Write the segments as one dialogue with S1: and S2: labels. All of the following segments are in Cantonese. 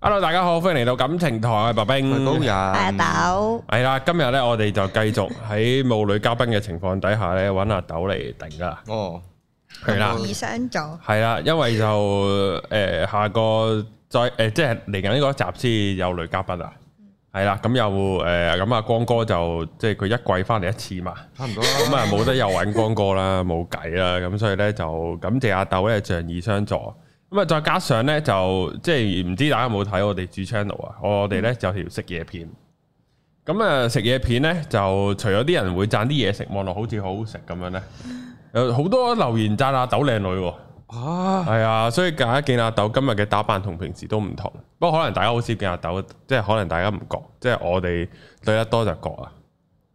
S1: Hello，大家好，歡迎嚟到感情台，我係白冰。
S2: 高
S3: 大
S2: 人，
S3: 豆，
S1: 係啦，今日咧我哋就繼續喺冇女嘉賓嘅情況底下咧，揾阿豆嚟頂啦。
S2: 哦，
S1: 係啦，
S3: 易相助，
S1: 係啦，因為就诶、呃下個再诶、即係嚟緊呢個一集先有女嘉賓啊。係啦，咁又诶咁啊，光哥就即係佢一季翻嚟一次嘛。
S2: 差唔多啦。
S1: 咁啊冇得又揾光哥啦，冇計啦，咁所以咧就感謝阿豆咧仗義相助。咁啊，再加上咧就即係唔知大家有冇睇我哋主 channel 啊？我哋咧就有條食嘢片。咁啊，食嘢片咧就除咗啲人會讚啲嘢食望落好似好好食咁樣咧，有好多留言讚阿豆靚女喎。
S2: 啊，
S1: 係啊，所以大家見阿豆今日嘅打扮同平時都唔同，不過可能大家好少見阿豆，即係可能大家唔覺，即係我哋對得多就覺啊。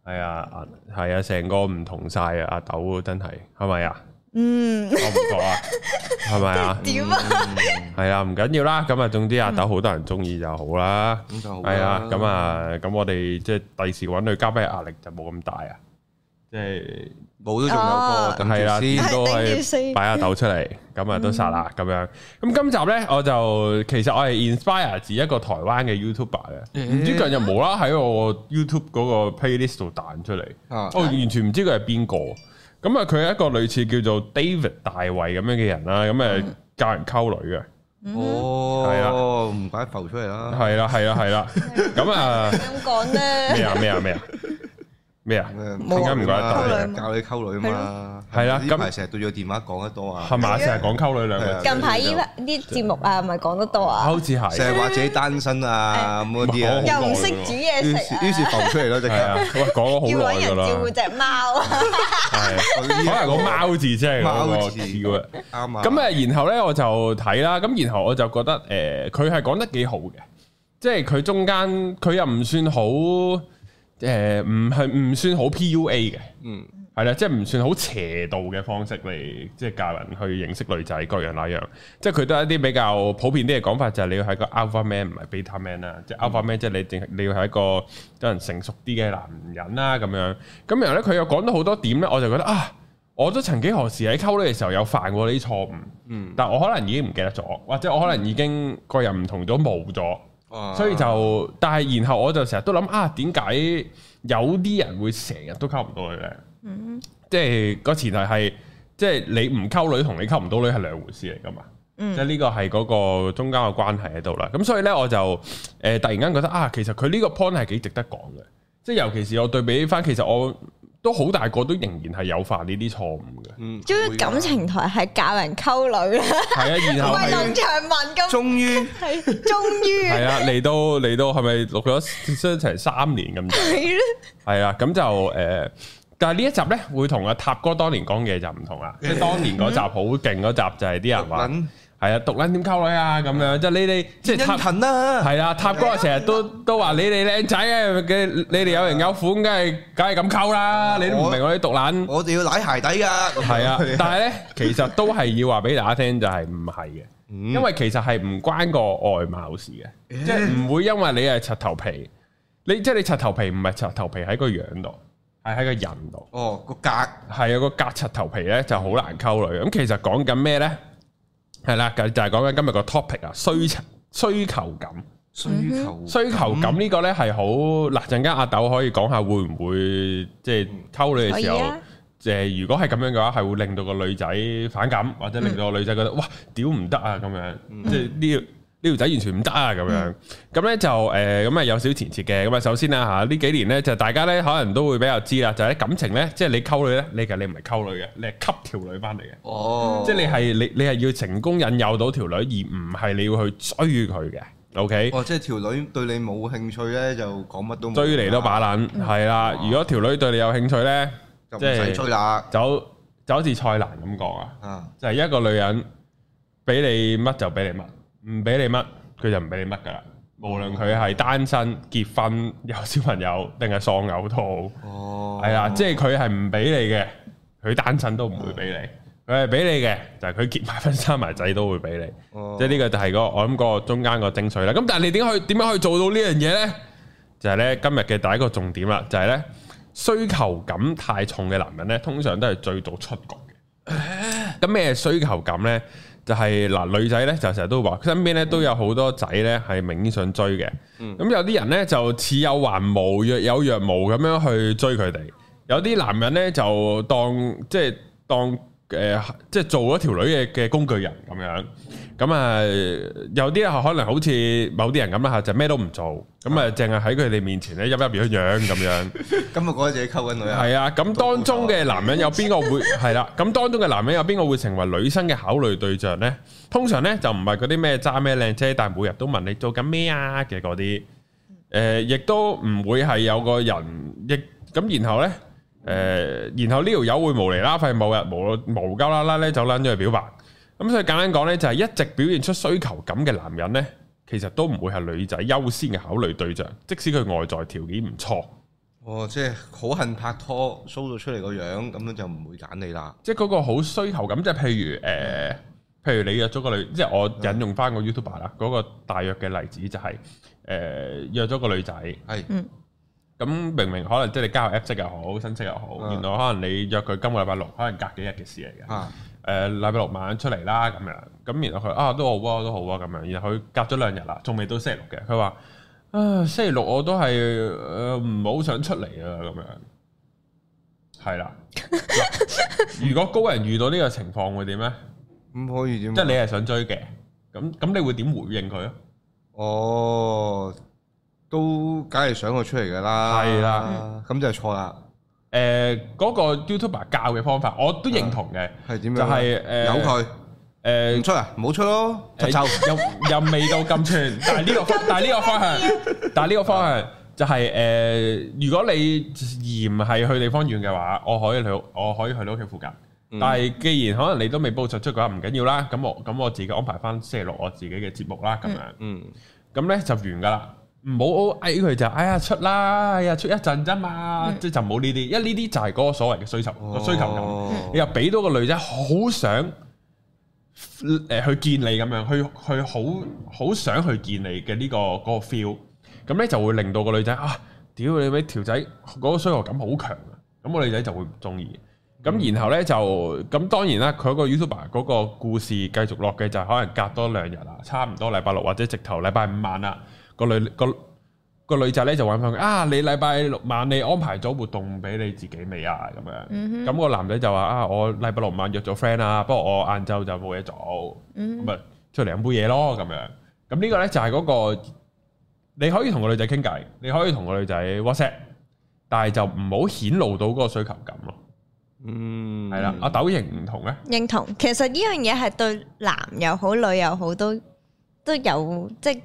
S1: 係啊，係啊，成個唔同晒啊！阿豆真係係咪 啊？
S3: 嗯
S1: 我，唔覺啊，係咪 啊？
S3: 點啊？
S1: 係啊，唔緊要啦。咁啊，總之阿豆好多人中意就好啦。
S2: 咁就好啦
S1: 係啊，咁，啊，咁我哋即係第時揾女嘉賓嘅壓力就冇咁大啊。即係
S2: 冇都仲有個，
S3: 哦
S2: 等
S1: 係啦，
S2: 住先
S3: 係
S1: 都
S3: 頂住
S1: 係
S3: 先嗯
S1: 擺下豆出嚟，咁啊都殺啦咁樣。咁今集咧，我就其實我係 inspire 自一個台灣嘅 YouTuber 嘅，唔知近日無啦喺我 YouTube 嗰個 playlist 度彈出嚟，
S2: 啊
S1: 我完全唔知佢係邊個。咁啊，佢係一個類似叫做 David 大衛咁樣嘅人啦，咁誒
S2: 嗯
S1: 教人溝女嘅，
S2: 哦，唔怪得浮出嚟啦。
S1: 係啦係啦係 啦，咁啊
S3: 咁嗯講
S1: 咩
S3: 咧，
S1: 啊咩啊咩啊咩啊，
S2: 點
S3: 冇啊
S1: 點解唔怪
S3: 得
S2: 教你溝女嘛？
S1: 係啦
S2: 呢
S1: 咁
S2: 排成日對住個電話講得多啊
S1: 係，嘛？成日講溝女兩個
S2: 係啊
S1: 字，
S3: 近排依啲節目啊，咪講得多啊，
S1: 好似係
S2: 成日話自己單身啊咁嗰啲
S1: 唔係
S2: 啊，
S3: 又唔識煮嘢
S2: 於
S3: 食
S2: 是
S3: 啊，
S2: 於是浮出嚟咯，即
S1: 係啊
S2: 刻。，
S1: 喂講咗
S3: 要
S1: 好
S3: 揾
S1: 耐㗎
S3: 人
S1: 啦
S3: 照。顧只貓啊，
S1: 係，
S2: 可
S1: 可能個貓字即係嗰個
S2: 貓字
S1: Q 啊。
S2: 啱啊。
S1: 咁啊，然後咧我就睇啦，咁然後我就覺得誒，佢係講得幾好嘅，即係佢中間佢又唔算好誒，唔係唔算好 PUA 嘅，
S2: 嗯，
S1: 係啦，即係唔算好邪道嘅方式嚟，即係教人去認識女仔各樣那樣，即係佢都係一啲比較普遍啲嘅講法，就係你要係個 alpha man 唔係 beta man 啦，即係 alpha man 即係你淨你要係一個可能成熟啲嘅男人啦咁樣。咁然後咧佢又講到好多點咧，我就覺得啊，我都曾幾何時喺溝女嘅時候有犯過呢啲錯誤，
S2: 嗯
S1: 但我可能已經唔記得咗，或者我可能已經個人唔同咗冇咗。
S2: 啊。
S1: 所以就，但係然後我就成日都諗啊，點解有啲人會成日都溝唔到女咧？即係個前提係，即係你唔溝女同你溝唔到女係兩回事嚟噶嘛。即係呢個係嗰個中間嘅關係喺度啦。咁所以呢，我就誒、呃突然間覺得啊，其實佢呢個 point 係幾值得講嘅。即係尤其是我對比翻，其實我都好大個，都仍然係有犯呢啲錯誤嘅
S2: 嗯
S3: 終於感情台係教人溝女啦，
S1: 係啊，然
S3: 唔
S1: 後
S3: 係
S1: 係
S3: 林長文咁，
S2: 終於
S3: 係終於
S1: 係啊，嚟到嚟到係咪錄咗相成三年咁滯？
S3: 係咯，
S1: 係啦，咁就誒、呃但係呢一集咧會同阿塔哥當年講嘅就唔同啦，即係當年嗰集好勁嗰集就係啲人話
S2: 揾
S1: 係啊，獨撚點溝女啊咁樣，即係你哋即係
S2: 恩
S1: 塔
S2: 騰啦，
S1: 係啊啦，塔哥成日都都話你哋靚仔啊，嘅你哋有型有款，梗係梗係咁溝啦，你都唔明我啲獨撚
S2: 我哋要舐鞋底㗎。
S1: 係啊，但係咧其實都係要話俾大家聽就係唔係嘅。
S2: Ừ.
S1: 因為其實係唔關個外貌事嘅，即係唔會因為你係柒頭皮，你即係你柒頭皮唔係柒頭皮喺個樣度，係喺個人度，
S2: 哦個格。
S1: 係有個隔柒頭皮咧就好難溝女。咁其實講緊咩咧？係啦，就就係講緊今日個 topic 啊，需求需求感，
S2: 需求
S1: 需求感呢個咧係好嗱，陣間阿豆可以講下會唔會即係溝女嘅
S3: 可以
S1: 時候。
S3: 啊，
S1: 誒，如果係咁樣嘅話，係會令到個女仔反感，或者
S2: 嗯
S1: 令到個女仔覺得哇，屌唔得啊咁樣，即係呢條呢條仔完全唔得啊咁樣。
S2: 嗯
S1: 咁咧就誒，咁啊有少前設嘅。咁啊，首先啦嚇，呢幾年咧就大家咧可能都會比較知啦，就係感情咧，即係你溝女咧，你其實你唔係溝女嘅，你係吸條女翻嚟嘅，
S2: 哦，
S1: 即係你係你你係要成功引誘到條女，而唔係你要去追佢嘅。OK。
S2: 哦，即係條女對你冇興趣咧，就講乜都冇啊
S1: 追嚟都把撚，
S2: 嗯
S1: 係啦。如果條女對你有興趣咧，
S2: 就唔
S1: 即係
S2: 使追啦。
S1: 就就好似蔡瀾咁講啊，
S2: 啊，
S1: 就係一個女人俾你乜就俾你乜，唔俾你乜佢就唔俾你乜噶啦。無論佢係單身、結婚、有小朋友定係喪偶都好，
S2: 哦，
S1: 係啊啦、即係佢係唔俾你嘅，佢單身都唔會俾你。佢係俾你嘅，就係佢結埋婚生埋仔都會俾你。
S2: 哦
S1: 即係呢個就係嗰個我諗嗰個中間個精髓啦。咁但係你點去點樣去做到呢樣嘢呢？就係呢今日嘅第一個重點啦，就係呢需求感
S2: 啊
S1: 太重嘅男人呢，通常都係最早出局嘅。咁咩需求感呢？就係、嗱女仔咧就成日都話，身邊咧都有好多仔咧係明顯想追嘅，咁、
S2: 嗯
S1: 有啲人咧就似有還無，若有若無咁樣去追佢哋，有啲男人咧就當即係當。誒、即係做咗條女嘅嘅工具人咁樣，咁啊有啲啊可能好似某啲人咁啦嚇，就咩都唔做，咁啊淨係喺佢哋面前咧一一樣樣咁樣。
S2: 今日覺得自己溝 緊女啊，
S1: 系啊，咁當中嘅男人有邊個會係啦？咁當中嘅男人有邊個會成為女生嘅考慮對象呢？通常呢，就唔係嗰啲咩揸咩靚姐，但係每日都問你做緊咩啊嘅嗰啲，诶、亦都唔會係有個人，亦咁然後呢，诶、然後呢條友會無厘啦廢，某日無無鳩啦啦咧走撚咗去表白。咁所以簡單講呢，就係、一直表現出需求感嘅男人呢，其實都唔會係女仔優先嘅考慮對象，即使佢外在條件唔錯。
S2: 哦，即係好恨拍拖，show 到出嚟個樣，咁樣就唔會揀你啦。
S1: 即係嗰個好需求感，即係譬如誒、譬如你約咗個女，即係我引用翻個 YouTuber 啦，嗰個大約嘅例子就係、誒、約咗個女仔，
S2: 係
S1: 咁明明可能即係你交友 app 識又好，新識又好，
S2: 嗯
S1: 原來可能你約佢今個禮拜六，可能隔幾日嘅事嚟嘅。
S2: 啊，
S1: 呃誒禮拜六晚出嚟啦咁樣，咁然後佢啊都好啊都好啊咁樣，然後佢隔咗兩日啦，仲未到星期六嘅，佢話啊星期六我都係誒唔好想出嚟啊咁樣，係啦。嗱如果高人遇到呢個情況會點咧？
S2: 咁可以點？
S1: 即係你係想追嘅，咁咁你會點回應佢啊？
S2: 哦，都梗係想佢出嚟噶啦，
S1: 係
S2: 啦，咁就錯啦。
S1: 誒、呃嗰、個 YouTuber 教嘅方法我都認同嘅，
S2: 係點樣？
S1: 就係呃誒
S2: 由嗯
S1: 誒
S2: 佢唔出啊，唔好出咯，
S1: 誒又又未到咁串，但係呢個方，但係呢個方向，但係呢個方向就係、誒、如果你嫌係去地方遠嘅話，我可以去，我可以去到屋企附近。
S2: 嗯
S1: 但係既然可能你都未報出出嘅話，唔緊要啦。咁我咁我自己安排翻星期六我自己嘅節目啦，咁樣
S2: 嗯，
S1: 咁咧就完噶啦。唔好嗌佢就，哎呀出啦，哎呀出一陣啫嘛，即係就冇呢啲，因為呢啲就係嗰個所謂嘅需求，
S2: 哦
S1: 個需求感。你
S2: 感，
S1: 又俾到個女仔好想誒、呃去見你咁樣，去去好好想去見你嘅呢、個嗰、個 feel，咁咧就會令到個女仔啊，屌你咪條仔嗰、個需求感好強啊，咁、個女仔就會唔中意。咁然後咧就咁當然啦，佢個 YouTuber 嗰個故事繼續落嘅就係可能隔多兩日啦，差唔多禮拜六或者直頭禮拜五晚啦，個女個個女仔咧就揾翻佢啊，你禮拜六晚你安排咗活動俾你自己未啊？咁樣，咁、
S3: 嗯
S1: 個男仔就話啊，我禮拜六晚約咗 friend 啊，不過我晏晝就冇嘢做，
S3: 嗯
S1: 咁啊、出嚟飲杯嘢咯咁樣。咁呢個咧就係嗰、個你可以同個女仔傾偈，你可以同個女仔 WhatsApp，但係就唔好顯露到嗰個需求感咯。
S2: 嗯，
S1: 係啦、阿豆型唔同咧，啊
S3: 認同，其實呢樣嘢係對男又好，女又好，都都有即係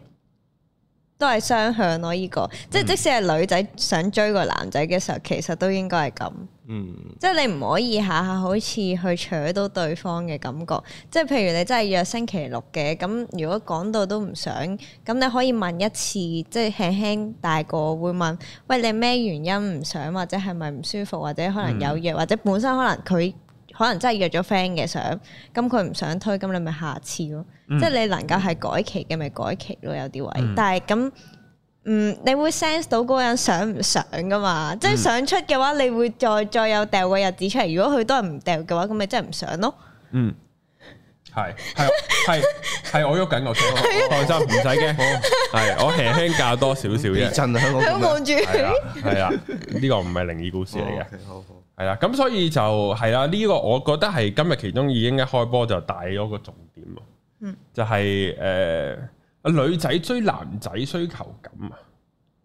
S3: 都係雙向咯。呢、個即係即使係女仔想追個男仔嘅時候，其實都應該係咁，
S2: 嗯，
S3: 即係你唔可以下下好似去扯到對方嘅感覺。即係譬如你真係約星期六嘅，咁如果講到都唔想，咁你可以問一次，即係輕輕大個會問，喂你咩原因唔想，或者係咪唔舒服，或者可能有嗯約，或者本身可能佢可能真係約咗 friend 嘅想，咁佢唔想推，咁你咪下次咯。
S1: 嗯
S3: 即係你能夠係改期嘅咪改期咯，有啲位，
S1: 嗯
S3: 但係咁。嗯，你會 sense 到嗰個人想唔想噶嘛？即係想出嘅話，你會再再有掉個日子出嚟。如果佢都係唔掉嘅話，咁咪真係唔想咯。
S1: 嗯，係係係 係啊我喐緊個頸，放心唔使驚，係我輕輕教多少少
S2: 地
S1: 啫。
S2: 震啊，香港
S3: 佢
S2: 咁樣
S3: 望住
S1: 系啦，系啦，啊呢個唔係靈異故事嚟嘅
S2: 哦，，OK，好好，
S1: 係啦，咁所以就係啦，呢個我覺得係今日其中已經一開波就帶咗個重點咯，
S3: 嗯，
S1: 就係诶女仔追男仔需求感啊，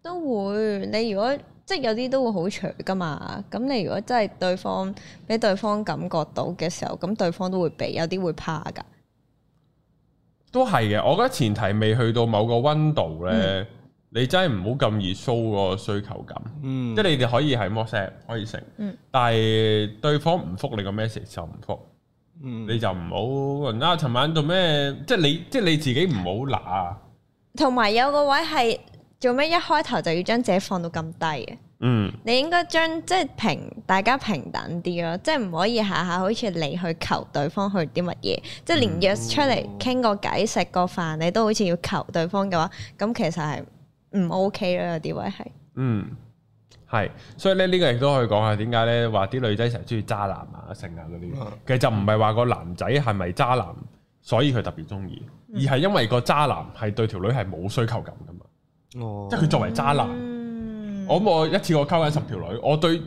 S3: 都會。你如果即係有啲都會好長噶嘛，咁你如果真係對方俾對方感覺到嘅時候，咁對方都會俾，有啲會怕㗎。
S1: 都係嘅。我覺得前提未去到某個温度咧，你真係唔好咁易 show 個需求感，
S2: 嗯，
S1: 即係你哋可以係 WhatsApp 可以成，
S3: 嗯
S1: 但係對方唔覆你個 message 就唔覆。
S2: 嗯
S1: 你就唔好啊！尋晚做咩？即係你，即係你自己唔好嗱。
S3: 同埋有個位係做咩一開頭就要將自己放到咁低嘅？
S1: 嗯，
S3: 你應該將即係平大家平等啲咯，即係唔可以下下好似你去求對方去啲乜嘢，即係連約出嚟傾個偈、食個飯，你都好似要求對方嘅話，咁其實係唔 OK 咯，有啲位係。
S1: 嗯，係，所以咧呢個亦都可以講下點解咧話啲女仔成日中意渣男啊、剩啊嗰啲
S2: 嗯，
S1: 其實就唔係話個男仔係咪渣男，所以佢特別中意，而係因為個渣男係對條女係冇需求感噶嘛，
S2: 哦
S1: 即係佢作為渣男，
S3: 嗯
S1: 我咁我一次我溝緊十條女，我對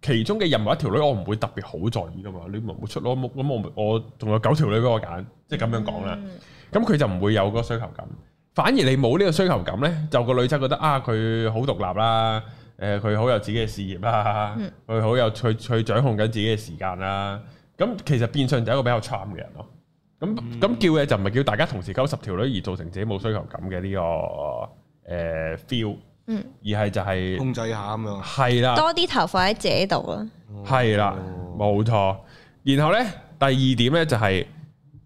S1: 其中嘅任何一條女我唔會特別好在意噶嘛，你咪冇出咯，咁咁我咪我仲有九條女俾我揀，即係咁樣講啦。
S3: 嗯
S1: 咁佢就唔會有嗰個需求感。反而你冇呢個需求感呢，就個女仔覺得啊，佢好獨立啦，誒、佢好有自己嘅事業啦，
S3: 嗯
S1: 佢好、有佢佢掌控緊自己嘅時間啦。咁其實變相就係一個比較 charm 嘅人咯。咁咁叫嘅就唔係叫大家同時溝十條女而造成自己冇需求感嘅呢、個誒、feel，、
S3: 嗯
S1: 而係就係
S2: 控制下咁樣。啊
S1: 係啦。
S3: 多啲頭髮喺自己度啊啦。
S1: 係啦，冇錯。然後呢，第二點呢就係、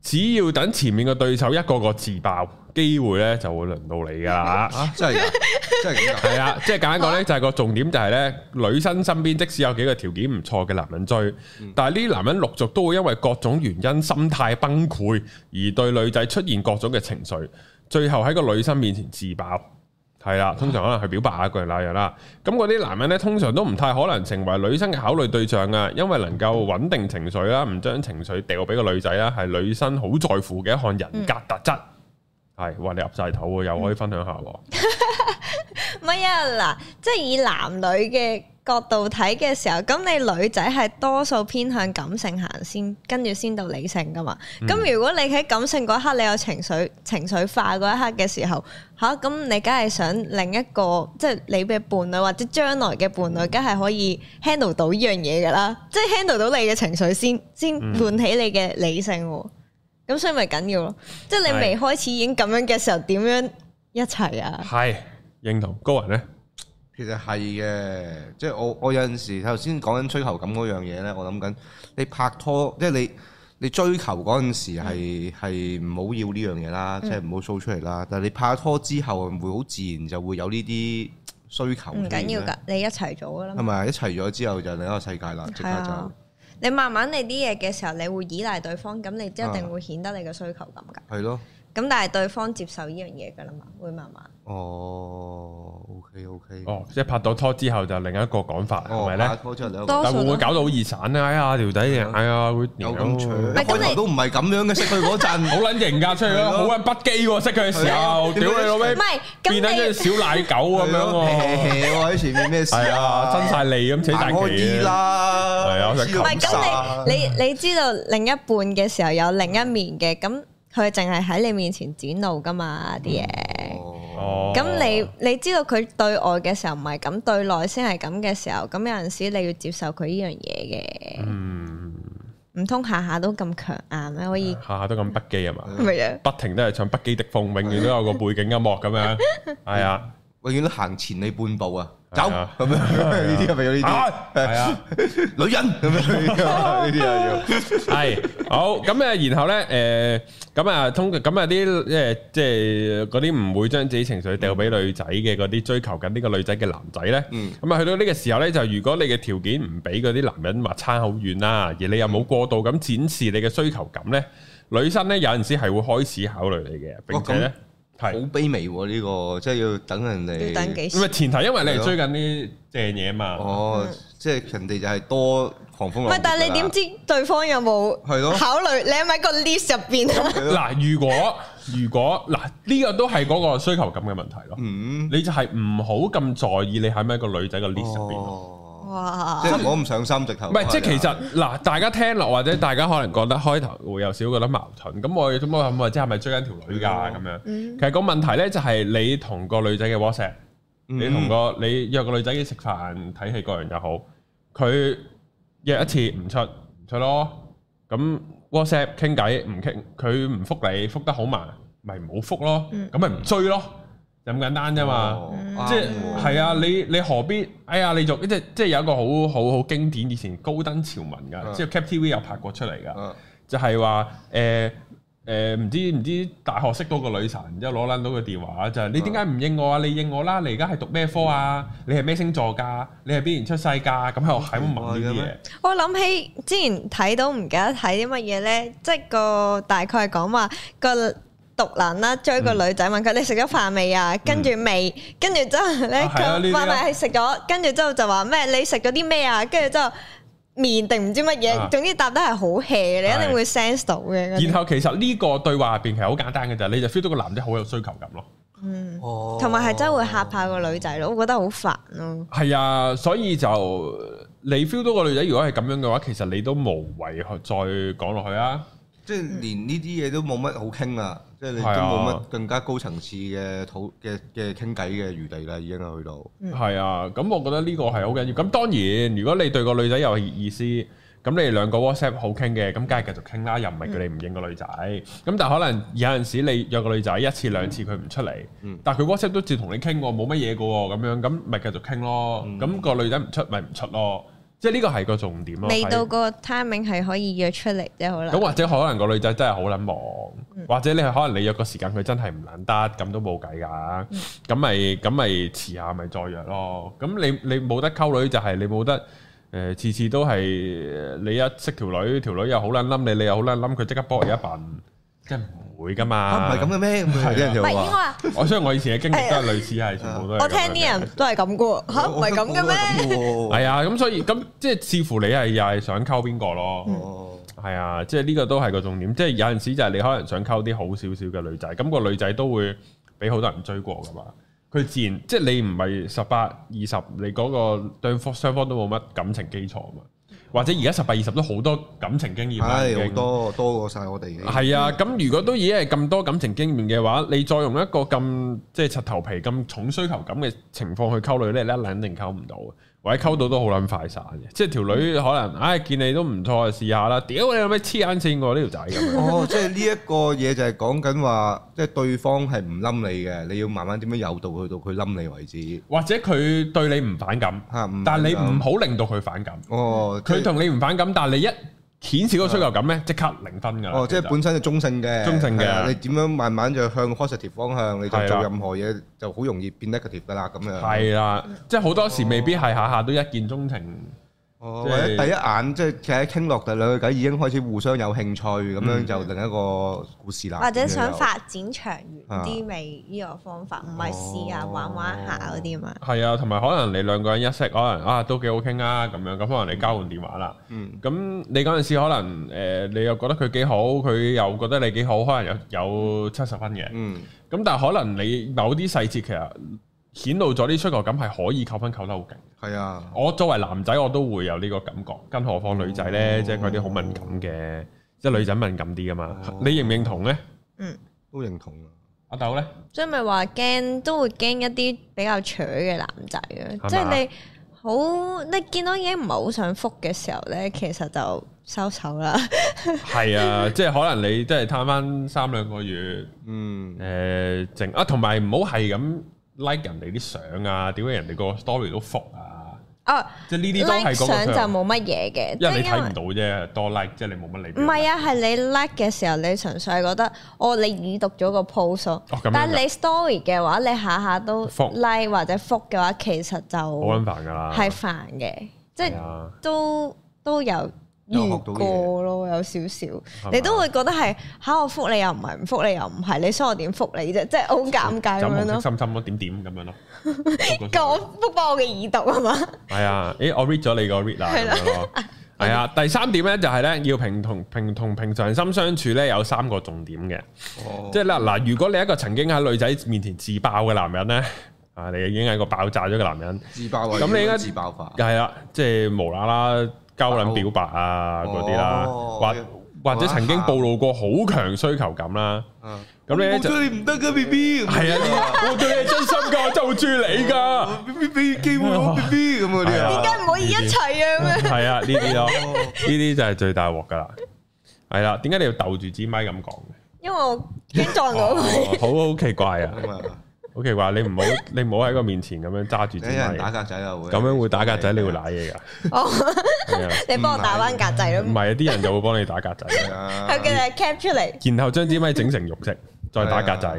S1: 只要等前面嘅對手一個個自爆，機會呢就會輪到你噶啦。
S2: 啊，真係㗎， 真係咁㗎。
S1: 係啊啦，即係簡單講呢，就係個重點就係呢：女生身邊即使有幾個條件唔錯嘅男人追，但係呢啲男人陸續都會因為各種原因心態崩潰，而對女仔出現各種嘅情緒，最後喺個女生面前自爆。係啦，通常可能去表白啊，嗰樣那樣啦。咁嗰啲男人呢，通常都唔太可能成為女生嘅考慮對象啊，因為能夠穩定情緒啦，唔將情緒掉俾個女仔啦，係女生好在乎嘅一項人格特質。係，哇！你入晒肚喎，又可以分享下喎。
S3: 唔係啊，嗱，即係以男女嘅角度睇嘅時候，咁你女仔係多數偏向感性行先，跟住先到理性噶嘛。咁、如果你喺感性嗰一刻，你有情緒情緒化嗰一刻嘅時候，吓、咁你梗係想另一個即係你嘅伴侶或者將來嘅伴侶，梗係可以 handle 到呢樣嘢噶啦，即係 handle 到你嘅情緒先，先
S1: 嗯
S3: 喚起你嘅理性喎。咁所以咪緊要咯，即係你未開始已經咁樣嘅時候，點樣一齊啊？
S1: 系認同高人咧，
S2: 其實係嘅，即係我我有陣時頭先講緊追求感嗰樣嘢咧，我諗緊你拍拖，即係你你追求嗰陣時係係唔好要呢樣嘢啦，即係唔好 show 出嚟啦。但係你拍拖之後，會好自然就會有呢啲需求。
S3: 唔緊要㗎，，你一齊做㗎啦
S2: 係
S3: 嘛。
S2: 咪一齊咗之後就另一個世界啦？即
S3: 係
S2: 刻
S3: 啊
S2: 就，
S3: 你慢慢你啲嘢嘅時候，你會依賴對方，咁你一
S1: 啊
S3: 定會顯得你嘅需求感㗎。
S2: 係咯。
S3: 咁但係對方接受呢樣嘢㗎啦嘛，會慢慢。
S2: 哦，OK OK。
S1: 哦，即係拍到拖之後就另一個講法
S2: 哦，
S1: 係咪咧
S2: 拍？拖之後你有個
S3: 多
S1: 但
S3: 數
S1: 會
S3: 都
S1: 唔會搞到好易散咧？哎呀，條仔
S2: 啊
S1: 哎呀，會
S2: 有咁長，
S3: 係咁
S2: 開
S3: 你
S2: 頭都唔係咁樣嘅，識佢嗰陣。
S1: 好撚型㗎，出去
S2: 係
S1: 咯，
S2: 咯
S1: 好撚不羈喎，識佢嘅時候，
S2: 係啊點
S1: 屌
S2: 解
S1: 你老
S3: 唔
S1: 味，
S3: 係，
S1: 變得
S3: 咁
S1: 一隻
S3: 你
S1: 小奶狗咁樣喎，
S2: 我喺前面咩事
S1: 係啊，
S2: 啊？
S1: 伸晒脷咁扯晒
S2: 行開
S1: 旗
S2: 啲
S1: 嘅，
S2: 啦，
S1: 係啊我想
S2: 知
S1: 求
S2: 道
S3: 唔
S1: 咁
S3: 係咁你你你知道另一半嘅時候有另一面嘅，咁佢淨係喺你面前展露㗎嘛啲嘢。
S2: 哦，
S1: 哦，
S3: 咁你你知道佢對外嘅時候唔係咁，對內先係咁嘅時候，咁有陣時你要接受佢呢樣嘢
S1: 嗯，
S3: 嘅，唔通下下都咁強硬咩？可以
S1: 下下都咁不羈啊嘛，
S3: 咪樣？
S1: 不停都係唱不羈的風，永遠都有個背景音樂咁 樣，係啊，
S2: 永遠都行前你半步啊，走
S1: 係啊
S2: 咁樣，呢啲係咪有呢 啲
S1: 啊係啊。
S2: 女人咁樣呢啲啊要？
S1: 系好咁啊，然後咧，诶、咁啊，通咁啊啲诶，即係嗰啲唔會將自己情緒掉俾女仔嘅嗰啲追求緊呢個女仔嘅男仔咧，
S2: 嗯
S1: 咁啊、去到呢個時候咧，就如果你嘅條件唔俾嗰啲男人話差好遠啦，而你又冇過度咁展示你嘅需求感咧，女生咧有陣時係會開始考慮你嘅，並且咧
S2: 好
S1: 係
S2: 卑微喎呢個，即係要等人哋
S3: 要等幾時
S1: 咁啊前提，因為你係追緊啲正嘢嘛，
S2: 哦，即係人哋就係多狂風
S3: 唔
S2: 浪
S3: 係，但係你點知對方有冇
S2: 係咯
S3: 考慮？你係咪喺個 list 入邊啊？
S1: 嗱，如果如果嗱呢、個都係嗰個需求感嘅問題咯。
S2: 嗯
S1: 你就係唔好咁在意你喺咪個女仔個 list 入邊。
S2: 哦，啊
S3: 哇
S2: 即！係我唔上心直頭。
S1: 唔係，即係其實嗱，大家聽落或者大家可能覺得開頭會有少少覺得矛盾，咁我咁我諗或者係咪追緊條女㗎咁樣？
S3: 嗯
S1: 其實個問題咧就係你同個女仔嘅 WhatsApp，你同
S2: 哦
S1: 個你約個女仔食飯睇戲嗰樣又好，佢約一次唔出唔出咯，咁 WhatsApp 傾偈唔傾，佢唔覆你，覆得好慢，咪唔好覆咯，咁咪唔追咯，就咁簡單啫嘛。
S2: 哦
S1: 即係係啊！你你何必？哎呀！你做即係即係有一個好好好經典以前高登潮文㗎，
S2: 嗯
S1: 即係 CapTV 有拍過出嚟㗎，
S2: 係
S1: 就係話誒誒唔知唔知大學識到個女神，然之後攞撚到個電話就係你點解唔應我啊？你應我啦！你而家係讀咩科啊？你係咩星座㗎？你係邊年出世㗎？咁喺度喺度問呢啲嘢，
S3: 我諗起之前睇到唔記得睇啲乜嘢咧，即係個大概係講話個毒男啦追個女仔問佢你食咗飯未啊？跟住未，跟住之後咧
S1: 嗯啊係啊呢
S3: 佢
S1: 啲啊
S3: 話咪係食咗，跟住之後就話咩你食咗啲咩啊？跟住之後面定唔知乜
S1: 啊
S3: 嘢，總之答得係好 hea，你一定會 sense 到嘅嗰
S1: 然
S3: 啲。
S1: 後其實呢個對話入邊其實好簡單嘅就係，你就 feel 到個男仔好有需求感咯。
S3: 嗯，
S2: 哦
S3: 同埋係真係會嚇怕個女仔咯，我覺得好煩咯。
S1: 係啊，所以就你 feel 到個女仔如果係咁樣嘅話，其實你都無謂去再講落去啊。
S2: 即係連呢啲嘢都冇乜好傾啦，即係你都
S1: 係啊
S2: 冇乜更加高層次嘅討嘅嘅傾偈嘅餘地啦，已經係去到。
S3: 嗯
S1: 係啊，咁我覺得呢個係好緊要。咁當然，如果你對個女仔有意思，咁你哋兩個 WhatsApp 好傾嘅，咁梗係繼續傾啦，又唔係叫
S2: 嗯
S1: 你唔應個女仔。咁、但係可能有陣時你約個女仔一次兩次佢唔出嚟，
S2: 嗯
S1: 但係佢 WhatsApp 都照同你傾喎，冇乜嘢嘅喎，咁樣咁咪繼續傾咯。
S2: 嗯
S1: 咁、個女仔唔出咪唔出咯，即係呢個係個重點咯。
S3: 未
S1: 係
S3: 到個 timing 係可以約出嚟啫，好啦嗯
S1: 咁。或者可能個女仔真係好撚忙，或者你係可能你約個時間佢真係唔撚得，咁都冇計㗎。
S3: 嗯
S1: 咁咪咁咪遲下咪再約咯。咁你你冇得溝女就係你冇得誒、呃次次都係呃你一識條女，條女又好撚冧你，你又好撚冧佢，即刻幫人一笨，即係唔會㗎嘛。
S2: 啊，唔係咁嘅咩？咁有啲人
S3: 唔
S2: 就
S3: 係應該
S2: 話。
S3: 話，
S1: 我相信我以前嘅經歷都係類似係全部都係咁樣嘅。
S3: 我聽啲啊人都係咁 嘅喎，嚇唔係咁嘅咩？
S2: 咩
S1: 係啊，咁所以咁即係視乎你係又係想溝邊個咯。
S3: 嗯
S2: 哦，
S1: 係啊，即係呢個都係個重點，即係有陣時就係你可能想溝啲好少少嘅女仔，咁、個女仔都會俾好多人追過噶嘛。佢自然即係你唔係十八二十，你嗰個對方雙方都冇乜感情基礎啊嘛。或者而家十八二十都好多感情經驗啦，已
S2: 係
S1: 經
S2: 好多多過晒我哋。
S1: 係
S2: 嗯
S1: 啊，咁如果都已經係咁多感情經驗嘅話，你再用一個咁即係柒頭皮、咁重需求感嘅情況去溝女咧，你一撚定溝唔到嘅，或者溝到都好撚快散嘅。即係條女
S2: 嗯
S1: 可能，唉、見你都唔錯，試下啦。屌你有咩黐眼線喎呢條仔咁 樣。
S2: 哦，即係呢一個嘢就係講緊話，即係對方係唔冧你嘅，你要慢慢點樣誘導佢到佢冧你為止。
S1: 或者佢對你唔反感，
S2: 嚇，唔
S1: 但係你唔
S2: 咁
S1: 好令到佢反感。
S2: 哦，即係
S1: 佢同你唔反感，但係你一顯示嗰個需求感咧，即刻零分㗎啦。
S2: 哦，即係
S1: 其實
S2: 本身係中性嘅，
S1: 中性嘅
S2: 係啊你點樣慢慢就向 positive 方向，你就
S1: 係啦
S2: 做任何嘢就好容易變 negative 噶啦，咁樣。
S1: 係啦，即係好多時未必係下下都一見鍾情。
S2: 哦，
S1: 即
S2: 或
S1: 係
S2: 者第一眼即係企喺傾落，第兩個偈已經開始互相有興趣，咁樣
S1: 嗯
S2: 就另一個故事啦。
S3: 或者
S2: 咁樣
S3: 想
S2: 就
S3: 發展長遠啲，咪呢個方法，唔係試下玩玩下嗰啲嘛。
S1: 係啊，同埋可能你兩個人一識，可能啊都幾好傾啊咁樣，咁可能你交換電話啦。
S2: 嗯，
S1: 咁你嗰陣時可能誒、呃你又覺得佢幾好，佢又覺得你幾好，可能有有七十分嘅。咁
S2: 嗯，
S1: 但係可能你某啲細節其實顯露咗啲需求感係可以扣分扣得好勁。
S2: 係啊，
S1: 我作為男仔我都會有呢個感覺，更何況女仔呢，
S2: 哦
S1: 即係嗰啲好敏感嘅，即係女仔敏感啲噶嘛。
S2: 哦
S1: 你認唔認同呢？
S2: 都認同啊。
S1: 阿豆呢？
S3: 所以咪話驚都會驚一啲比較扯嘅男仔
S1: 嘛
S3: 嘅，即係你好你見到已經唔係好想覆嘅時候咧，其實就收手啦。
S1: 係啊，即係可能你即係攤翻三兩個月。
S2: 嗯，
S1: 誒淨啊，同埋唔好係咁 like 人哋啲相啊，點解人哋個 story 都覆啊？
S3: 哦
S1: 即係呢啲都
S3: ，like
S1: 係嗰
S3: 相
S1: 個
S3: 就冇乜嘢嘅，即
S1: 因
S3: 係
S1: 為你
S3: 因
S1: 睇
S3: 為
S1: 唔到啫，多 like 即係你冇乜理。
S3: 唔係，啊，係你 like 嘅時候，你純粹係覺得哦，你已讀咗個 post 咯
S1: 哦咁樣㗎
S3: 但係你 story 嘅話，你下下都
S1: 覆
S3: like 或者覆嘅話，其實就
S1: 哦好撚煩㗎啦。
S3: 係煩嘅，即
S1: 係
S3: 係
S1: 啊，
S3: 都都有遇
S2: 有學到嘢
S3: 過咯，有少少，
S1: 嘛
S3: 你都會覺得係嚇我覆你又唔係，唔覆你又唔係，你想我點覆你啫？即係好
S1: 嗯
S3: 尷尬
S1: 就
S3: 咁
S1: 紅
S3: 樣
S1: 色
S3: 咯。
S1: 心心咯，點點咁樣 咯。
S3: 咁我覆翻我嘅耳讀啊嘛，
S1: 係啊，誒我 read 咗你個 read 啦咁樣咯。係啊，第三點咧就係咧要平同平同平常心相處咧，有三個重點嘅。
S2: 哦
S1: 即係嗱嗱，如果你係一個曾經喺女仔面前自爆嘅男人咧，啊，你已經係個爆炸咗嘅男人。
S2: 自爆啊，
S1: 咁你應該
S2: 自爆化。
S1: 係啦，即係無啦啦交撚表白啊
S2: 哦
S1: 嗰啲啦，
S2: 哦
S1: 或或者曾經暴露過好強需求感啦。
S2: 嗯
S1: 咁你咧
S2: 我
S1: 就
S2: 追你唔得噶 ，B B。
S1: 係啊，呢我對你係真心㗎，我就住你㗎。
S2: ，B B 俾機會我 B B 咁嗰啲
S1: 係啊
S3: 點解唔可以一齊啊？咁樣
S1: 係啊，呢啲咯，
S2: 哦
S1: 呢啲就係最大鑊㗎啦。係啦，點解你要鬥住支咪咁講嘅？
S3: 因為我驚撞到佢。
S1: 哦好好奇怪啊，
S2: 咁啊，
S1: 好奇怪！你唔好你唔好喺個面前咁樣揸住
S2: 你
S1: 支
S2: 有人
S1: 咪，
S2: 打格啊仔啊會。
S1: 咁樣會打格仔，你會舐嘢㗎。
S3: 哦，
S1: 係啊，
S3: 你幫我打翻格仔
S1: 唔
S3: 咯，
S1: 係啊，啲人就會幫你打格 仔。
S2: 係啊。
S3: 佢嘅 cap 出嚟。
S1: 然後將支咪整成肉色，再打格仔。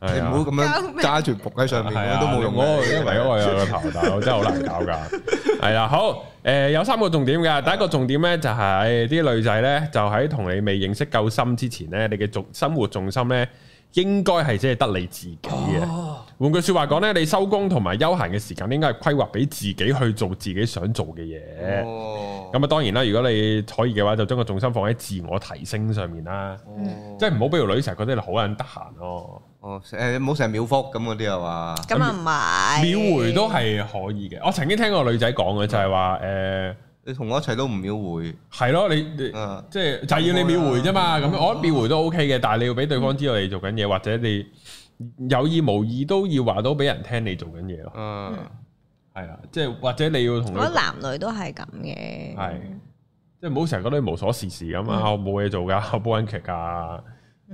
S2: 你
S1: 係
S2: 唔
S1: 啊
S2: 好咁樣揸住仆喺上面，
S1: 係
S2: 咁
S1: 啊，
S2: 樣都冇用
S1: 我
S2: 嘅。
S1: 因為我有個頭大佬真係好難搞㗎。 係啦，好誒，有三個重點㗎。第一個重點咧就係啲女仔咧，就喺同你未認識
S2: 哦
S1: 夠深之前咧，你嘅重生活重心咧應該係即係得你自己嘅。換句説話講咧，你收工同埋休閒嘅時間，應該係規劃俾自己去做自己想做嘅嘢。
S2: 哦，
S1: 咁啊，當然啦，如果你可以嘅話，就將個重心放喺自我提升上面啦，
S2: 哦
S1: 即係唔好俾條女成日覺得你好撚得閒咯，
S2: 哦，誒唔好成日秒覆咁嗰啲係嘛？
S3: 咁啊唔係，
S1: 秒回都係可以嘅。我曾經聽過個女仔講嘅就係話誒，
S2: 你同我一齊都唔秒回，
S1: 係咯，你你
S2: 嗯，
S1: 即係就係要你秒回啫嘛。咁樣我覺得秒回都 OK 嘅，但係你要俾對方知道你做緊嘢，或者你有意無意都要話到俾人聽你做緊嘢咯。
S2: 嗯，
S1: 係啊，即係或者你要同
S3: 我覺得
S1: 佢
S3: 男女都係咁嘅，
S1: 係即係唔好成日覺得你無所事事咁啊！我冇嘢做㗎， 我煲緊劇㗎，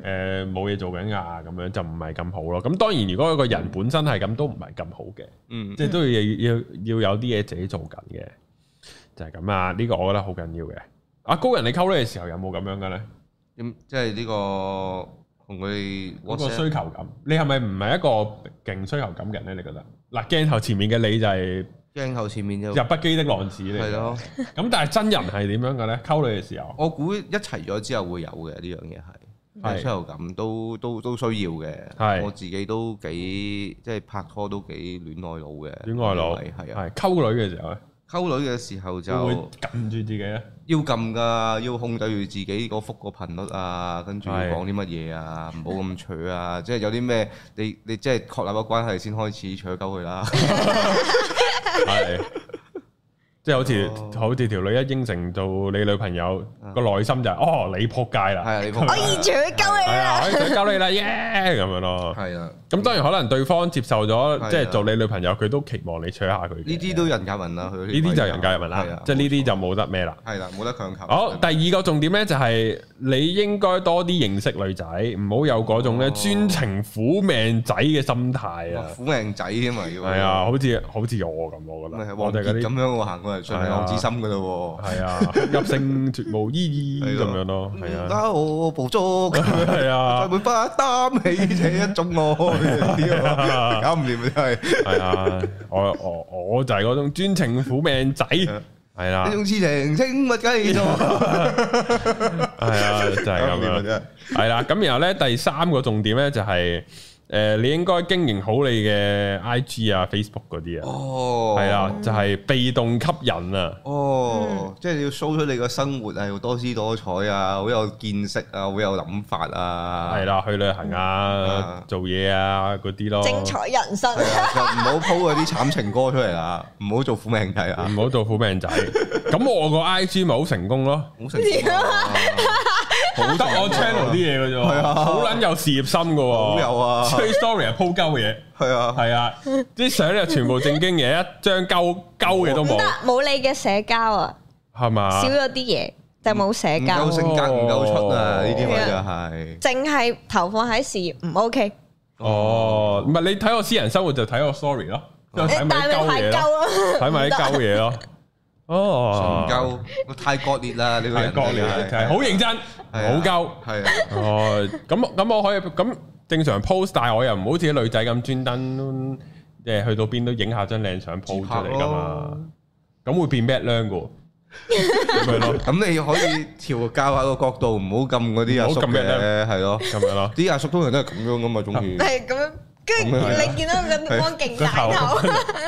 S1: 誒冇嘢做緊啊㗎，咁樣就唔係咁好咯。咁當然，如果一個人本身係咁，都唔係咁好嘅，
S2: 嗯，
S1: 即係都要要要有啲嘢自己做緊嘅，就係咁啊！呢個我覺得好緊要嘅。阿高人你溝女嘅時候有冇咁樣嘅咧？
S2: 咁即係呢個同佢
S1: 嗰個
S2: WhatsApp
S1: 需求感，你係咪唔係一個勁需求感嘅人咧？你覺得嗱，鏡頭前面嘅你就係
S2: 鏡頭前面就
S1: 入不羈的浪子嚟
S2: 係
S1: 嘅，
S2: 咯。
S1: 咁但係真人係點樣嘅咧？溝女嘅時候，
S2: 我估一齊咗之後會有嘅呢樣嘢
S1: 係
S2: 係，出後感都都都需要嘅。
S1: 係
S2: 我自己都幾即係拍拖都幾戀愛腦嘅。
S1: 戀愛腦
S2: 係啊，
S1: 係溝女嘅時候咧。
S2: 溝女嘅時候就
S1: 會撳住自己啊咧？
S2: 要撳㗎，要控制住自己個覆個頻率啊，跟住要
S1: 係
S2: 講啲乜嘢啊，唔好咁取啊，即係有啲咩你你即係確立咗關係先開始取鳩佢啦。
S1: 係，即係好似
S2: 哦啊
S1: 好似條女一應承做你女朋友，個內心就係哦你仆街
S2: 係
S1: 啦，
S2: 啊， 你
S3: 我以前佢鳩你
S1: 係
S3: 啦，
S1: 啊，我想交你啦，耶咁樣咯。
S2: 係啊，
S1: 咁當然可能對方接受咗，
S2: 啊
S1: 即係做你女朋友，佢都期望你娶下佢嘅。
S2: 呢啲都人夾人啦，佢
S1: 呢啲就人教入文
S2: 係
S1: 啦
S2: 啊，
S1: 即係呢啲就冇得咩啦。
S2: 係啦，冇得強求。
S1: 好，第二個重點咧就係你應該多啲認識女仔，唔好有嗰種咧
S2: 哦
S1: 專情苦命仔嘅心態
S2: 哇
S1: 啊。
S2: 苦命仔添啊，要
S1: 係啊，，好似好似我咁，我覺
S2: 咪係
S1: 得
S2: 王
S1: 我哋
S2: 傑
S1: 嗰啲
S2: 咁樣我行過嚟
S1: 係
S2: 上
S1: 啊
S2: 嚟黃子心噶咯
S1: 系啊，入性絕無意義
S2: 係
S1: 咁樣
S2: 咯嗯
S1: 咯，
S2: 喎。
S1: 係啊，
S2: 啦，我 捕捉，
S1: 係
S2: 再
S1: 啊，
S2: 會不擔起這一種 愛，呢個搞唔掂真係
S1: 係啊，我我我就係嗰種專情苦命仔，係啦
S2: 呢，種痴情清乜雞咗，
S1: 係啊，就係咁樣，
S2: 搞唔掂啊 真係。
S1: 係啦。咁然後咧，第三個重點咧就係，诶，你應該經營好你嘅 I G 啊、Facebook 嗰啲啊，
S2: 哦，
S1: 係啦，就係被動吸引啊，
S2: 哦，即係你要 show 出你個生活係好多姿多彩啊，好有見識啊，好有諗法啊，
S1: 係啦，去旅行啊
S2: 啊、
S1: 做嘢啊嗰啲咯，
S3: 精彩人生。
S2: 係啊，就唔好 po 嗰啲慘情歌出嚟啦，唔好做苦命仔啊，
S1: 唔好做苦命仔。咁我個 I G 咪好成功咯。
S2: 好成功啊，
S1: 好得我 channel Ờ. 啲嘢嘅啫喎，
S2: 係啊
S1: 好撚有事業心嘅喎，
S2: 好有啊
S1: 吹 story 係鋪鳩嘢，
S2: 係啊，
S1: 係 啊，啲相又全部正經嘢，一張鳩鳩嘅都
S3: 唔
S1: 冇
S3: 得，，冇你嘅社交啊，
S1: 係嘛
S3: 少？咗啲嘢就冇社
S2: 唔
S3: 交
S2: 夠，性格唔夠出啊，呢啲咪就
S3: 係
S2: 係。
S3: 淨係投放喺事業唔 OK，
S1: 哦，唔係你睇我私人生活就睇我 story 咯，即係
S2: 哦
S1: 睇
S3: 但
S1: 埋啲
S3: 係
S1: 鳩
S3: 咪太
S1: 嘢
S3: 鳩
S1: 咯，
S3: 咯？
S1: 睇埋啲鳩嘢咯，
S2: Ờ.
S1: 哦，
S2: 唔夠，太割裂啦！你個
S1: 太
S2: 人
S1: 過了，就係好認真，好鳩。
S2: 係啊，
S1: 哦，咁咁我可以咁正常 post，但係我又唔好似啲女仔咁專登誒去到邊都影下張靚相 post 出嚟噶嘛，咁會變 bad 娘噶喎，咁樣咯，
S2: 咁你可以調教下個角度，唔好撳嗰啲阿
S1: 唔
S2: 叔
S1: 好撳咩咧
S2: 嘅，係咯。
S1: 咁樣咯，
S2: 啲阿叔通常都係咁樣噶嘛，中
S1: 哎
S2: 意
S3: 係咁樣，跟住
S2: 咁樣係啊
S3: 你見到個地方勁大頭，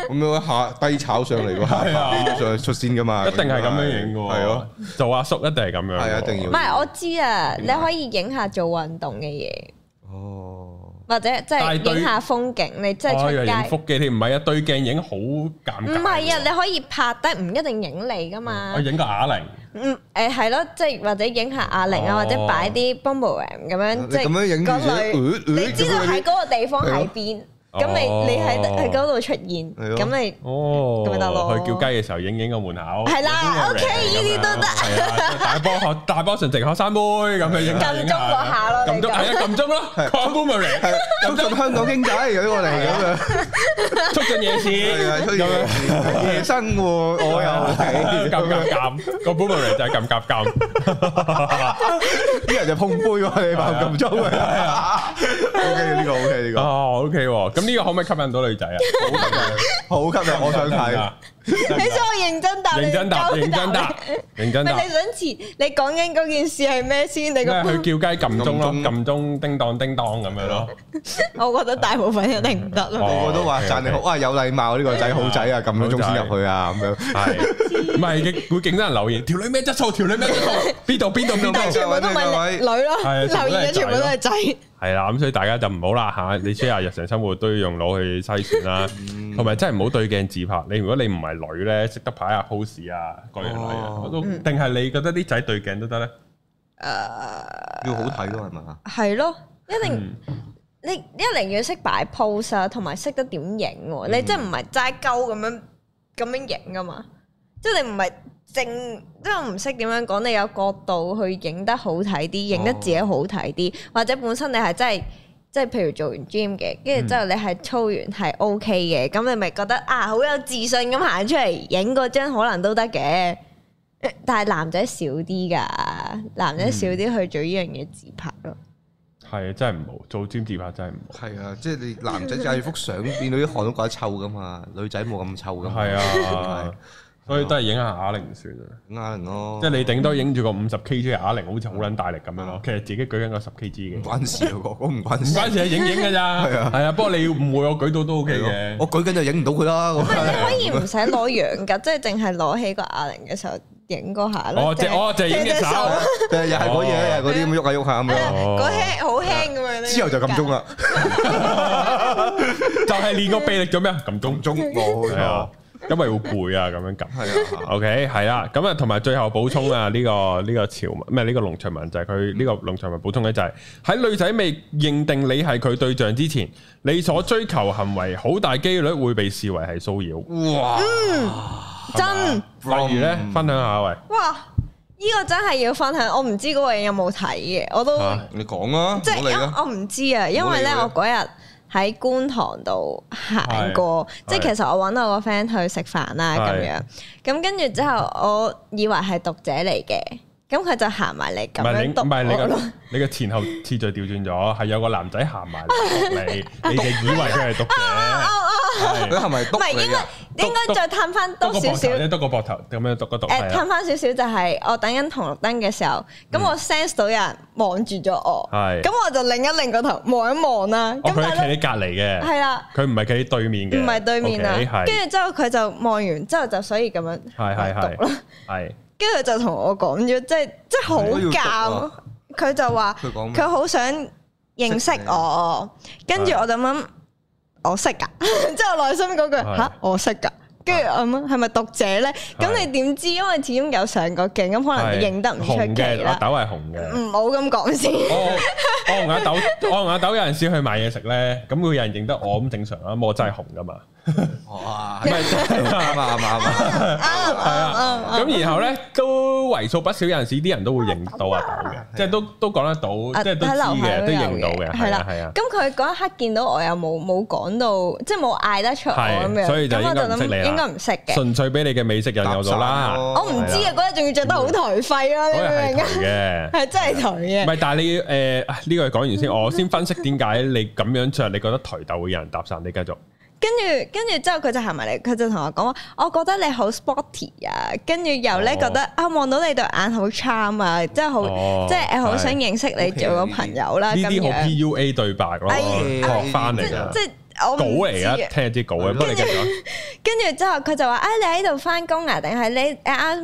S2: 咁樣一下低炒上嚟 喎，
S1: 係啊
S2: 下上去出先噶嘛，
S1: 一定係咁啊樣影噶喎，
S2: 係咯，，
S1: 做阿叔一定係咁樣，
S2: 係啊一定要
S3: 唔係我知啊，你可以影下做運動嘅嘢，
S2: 哦，
S3: 或者即
S1: 但係對
S3: 係影下風景，你即係
S1: 哦，
S3: 出
S1: 以為影
S3: 街
S1: 腹。肌添，唔係啊，對鏡影好尷
S3: 唔
S1: 尬，
S3: 係啊，你，可以拍得唔一定影你噶嘛
S1: 我。影個啞鈴，
S3: 嗯，誒係咯，即係或者影下啞鈴啊，
S1: 哦
S3: 或者擺啲 boomerang 咁樣，
S2: 你
S3: 即係
S2: 咁樣影住
S3: 嗰
S2: 自己
S3: 類
S2: 呃呃
S3: 你知道 喺嗰個地方喺
S1: 係
S3: 邊，
S1: 咯
S3: 咁
S1: 哦
S3: 你你喺喺嗰度出現，
S2: 係咯
S3: 咁你
S1: 哦，
S3: 咁咪得咯
S1: 去叫雞嘅時候影影個門口，
S3: 係啦
S1: 有啲人
S3: OK，呢啲都得
S1: 咁樣係啊，大波學大波純直學生妹咁樣影下影
S3: 撳鐘嗰下咯
S1: 撳
S3: 你
S1: 鐘
S3: 就
S1: 係啊，撳鐘咯，call boomerang。
S2: 係咁進香港經濟有我嚟咁樣，
S1: 促進夜市，
S2: 係啊，出
S1: 咁樣
S2: 現夜生喎，我又
S1: 撳
S2: 係咁樣
S1: 撳撳，個 boomerang 就係撳撳撳，
S2: 啲人就碰杯喎，你話咁中啊？OK 呢個 OK 呢個
S1: 哦，OK 喎，咁呢個可唔可以吸引到女仔啊？
S2: 好吸引，好吸引，我想睇。
S3: 你想我認真答？
S1: 认真答，
S3: 你
S1: 认真答，认真
S3: 唔
S1: 答
S3: 係。你想前，你講緊嗰件事係咩先？你
S1: 咩？
S3: 個
S1: 佢叫雞撳鐘咯，
S2: 撳
S1: 撳
S2: 鐘
S1: 鐘叮當叮當咁樣咯。
S3: 我覺得大部分一定唔得
S1: 哦
S3: 咯。
S2: 個個都話讚 你好啊，有禮貌呢個仔好仔啊，撳咗鐘先入去啊，咁樣。
S1: 係，唔係嘅會勁多人留言，條女咩質素？條 女咩質素？邊度邊度邊
S3: 但係
S1: 度？
S3: 全部都唔係女咯，
S1: 係啊
S3: 留言嘅全部都係仔。
S1: 係啦，咁所以大家就唔好啦吓，你 share 日常生活都要用腦去篩選啦，同埋真係唔好對鏡自拍。你如果你唔係女咧，識得擺下 pose 啊，各樣嘢啊
S2: 哦，
S1: 我都
S3: 嗯
S1: 定係你覺得啲仔對鏡都得咧？
S2: 嗯要好睇咯，係咪？啊
S3: 係咯，一定
S1: 嗯
S3: 你一寧願識擺 pose 啊，同埋識得點影喎。你真係唔係齋鳩咁樣咁樣影噶嘛？即係你唔係正，即係我唔識點樣講。你有角度去影得好睇啲，影得自己好睇啲，或者本身你係真係。即係譬如做完 gym 嘅，跟住之後你係操完係 OK 嘅，咁、你咪覺得啊好有自信咁行出嚟影嗰張可能都得嘅，誒但係男仔少啲㗎，男仔少啲去做呢樣嘢自拍咯。
S1: 係啊真係唔好做尖自拍，真係唔
S2: 係啊，即係你男仔就 係幅相變到啲汗都覺得臭噶嘛，女仔冇咁臭噶
S1: 好。
S2: 嘛。
S1: 係 啊，所以都係影下啞鈴算啦。
S2: 啱咯，
S1: 即係你頂多影住個五十 kg 嘅啞鈴，好似好撚大力咁樣咯。其實自己舉緊個十 kg 嘅
S2: 哦唔，關事啊，我我唔關
S1: 唔
S2: 事。
S1: 關事係影影㗎咋。
S2: 係啊
S1: 係啊。不過你要誤會我舉到都 OK 嘅。
S2: 我舉緊就影唔到佢啦。咁啊
S3: 你 可以唔使攞樣㗎，即係淨係攞起個啞鈴嘅時候影嗰下咯。
S1: 哦，即係我就係影隻手。
S2: 誒又係嗰嘢，又係嗰啲咁喐下喐下咁樣。
S1: 哦
S3: 嗰輕好輕咁樣。
S2: 之後就撳鐘。啦，
S1: 就係練個臂力做咩啊？撳鐘
S2: 撳鐘冇
S1: 係啊
S2: 錯，，
S1: 因為會攰啊，咁樣撳。
S2: 係啊，
S1: OK，係啦，咁啊，同埋最後補充 啊，呢個呢個潮文，唔係呢個農場文就係
S3: 嗯
S1: 佢呢個農場文補充嘅就係喺女仔未認定你係佢對象之前，你所追求行為好大機率會被視為係騷擾。
S2: 哇！
S3: 真
S1: 例如咧，分享下喂，
S3: 哇！呢個真係要分享，我唔知嗰個人有冇睇嘅，我都
S1: 啊
S2: 你講啊，
S3: 即
S2: 我嚟
S3: 係
S2: 啦，
S3: 我唔知啊，因為咧
S2: 我嚟
S3: 我嗰日。喺觀塘度行過，
S1: 係
S3: 即係其實我揾我個 friend 去食飯啦咁
S1: 係
S3: 樣，咁跟住之後我以為係讀者嚟嘅，咁佢就行埋嚟
S1: 唔
S3: 咁
S1: 係你
S3: 樣讀
S1: 唔係你
S3: 我咯
S1: 個。 你個前後次序調轉咗，係有個男仔行埋嚟 讀你，你就以為佢係讀
S3: 啊
S1: 者，
S2: 佢
S1: 係
S2: 係咪
S3: 唔
S2: 篤
S3: 係
S2: 你
S3: 應
S2: 啊？
S3: 該應該再探翻多
S1: 篤個
S3: 少
S1: 膊
S3: 少
S1: 頭，啫，篤個膊頭咁樣篤個讀，
S3: 誒
S1: 係
S3: 探
S1: 啊
S3: 翻少少就係我等緊紅綠燈嘅時候，咁我 sense 到有人望住咗我，
S1: 嗯係
S3: 咁我就擰一擰個頭望一望啦，
S1: 哦
S3: 咁
S1: 佢
S3: 但
S1: 係企
S3: 係
S1: 你隔離嘅，
S3: 係啦，
S1: 佢唔係企喺對面嘅，
S3: 唔係對面啊，
S1: 係
S3: 跟住之後佢就望完之後就所以咁樣
S1: 係係係
S3: 讀啦，
S1: 係
S3: 跟住佢就同我講咗，即係即係好
S2: 我要讀
S3: 尷
S2: 啊，
S3: 佢就話
S2: 佢
S1: 啊
S2: 講咩
S3: 佢好想認識
S2: 識你
S3: 我，跟住
S1: 係
S3: 我就諗我識㗎， 即係我內心嗰句
S1: 係
S3: 吓我識㗎。跟住我諗係咪讀者咧？咁
S1: 係
S3: 你點知？因為始終有上過鏡，咁可能你
S1: 係
S3: 認得唔出
S1: 紅
S3: 奇
S1: 嘅，阿
S3: 啦嗯
S1: 豆。係紅嘅。
S3: 唔好咁講 先，
S1: 我我同阿豆， 我同阿豆有陣時去買嘢食咧，咁會有人認得我咁正常啦，咁我真係紅噶嘛。
S2: 哇！哦啊係 啱啊啱啊啱啊！
S3: 啱啱啱
S1: 啊咁然後咧都為數不少，有陣時啲人都會認到阿豆嘅，即係都都講得到，
S3: 啱。
S1: 即係都
S3: 喺
S1: 知
S3: 樓下
S1: 嘅，
S3: 都
S1: 都
S3: 有
S1: 認到嘅，
S3: 啊係
S1: 係啊
S3: 啦
S1: 係啊，。
S3: 咁佢嗰一刻見到我又冇冇講到，即係冇嗌得出我咁
S1: 係
S3: 樣，
S1: 所以就
S3: 咁我就
S1: 應該唔識你
S3: 諗
S1: 啦
S3: 應該唔識嘅。
S1: 純粹俾你嘅美食引誘到啦
S2: 搭訕，咯
S3: 我唔知啊，嗰日仲要着得好頹廢咯，你
S1: 嗯嗰日
S3: 明唔
S1: 係
S3: 明啊？
S1: 佢嘅。
S3: 係真係頹
S1: 唔
S3: 嘅，
S1: 係，但係你誒啊呢個講完先，我先分析點解你咁樣着，你覺得台豆會有人搭訕？你繼續。
S3: 跟住跟住之後佢就行埋嚟，佢就同我講話，我覺得你好 sporty 啊，跟住又咧
S1: 哦
S3: 覺得啊望到你對眼好 charm 啊，即係好
S1: 哦
S3: 即係好想認識你做個朋友啦
S1: 呢
S3: 咁
S1: 啲好
S3: 樣，
S1: PUA 對白咯，
S3: 哎
S1: 學翻嚟噶
S3: 即，係我唔
S1: 稿嚟
S3: 知
S1: 噶，
S3: 啊
S1: 聽下啲稿嘅。不過你繼續啊，
S3: 跟住之後佢就話：啊，你喺度翻工啊？定係你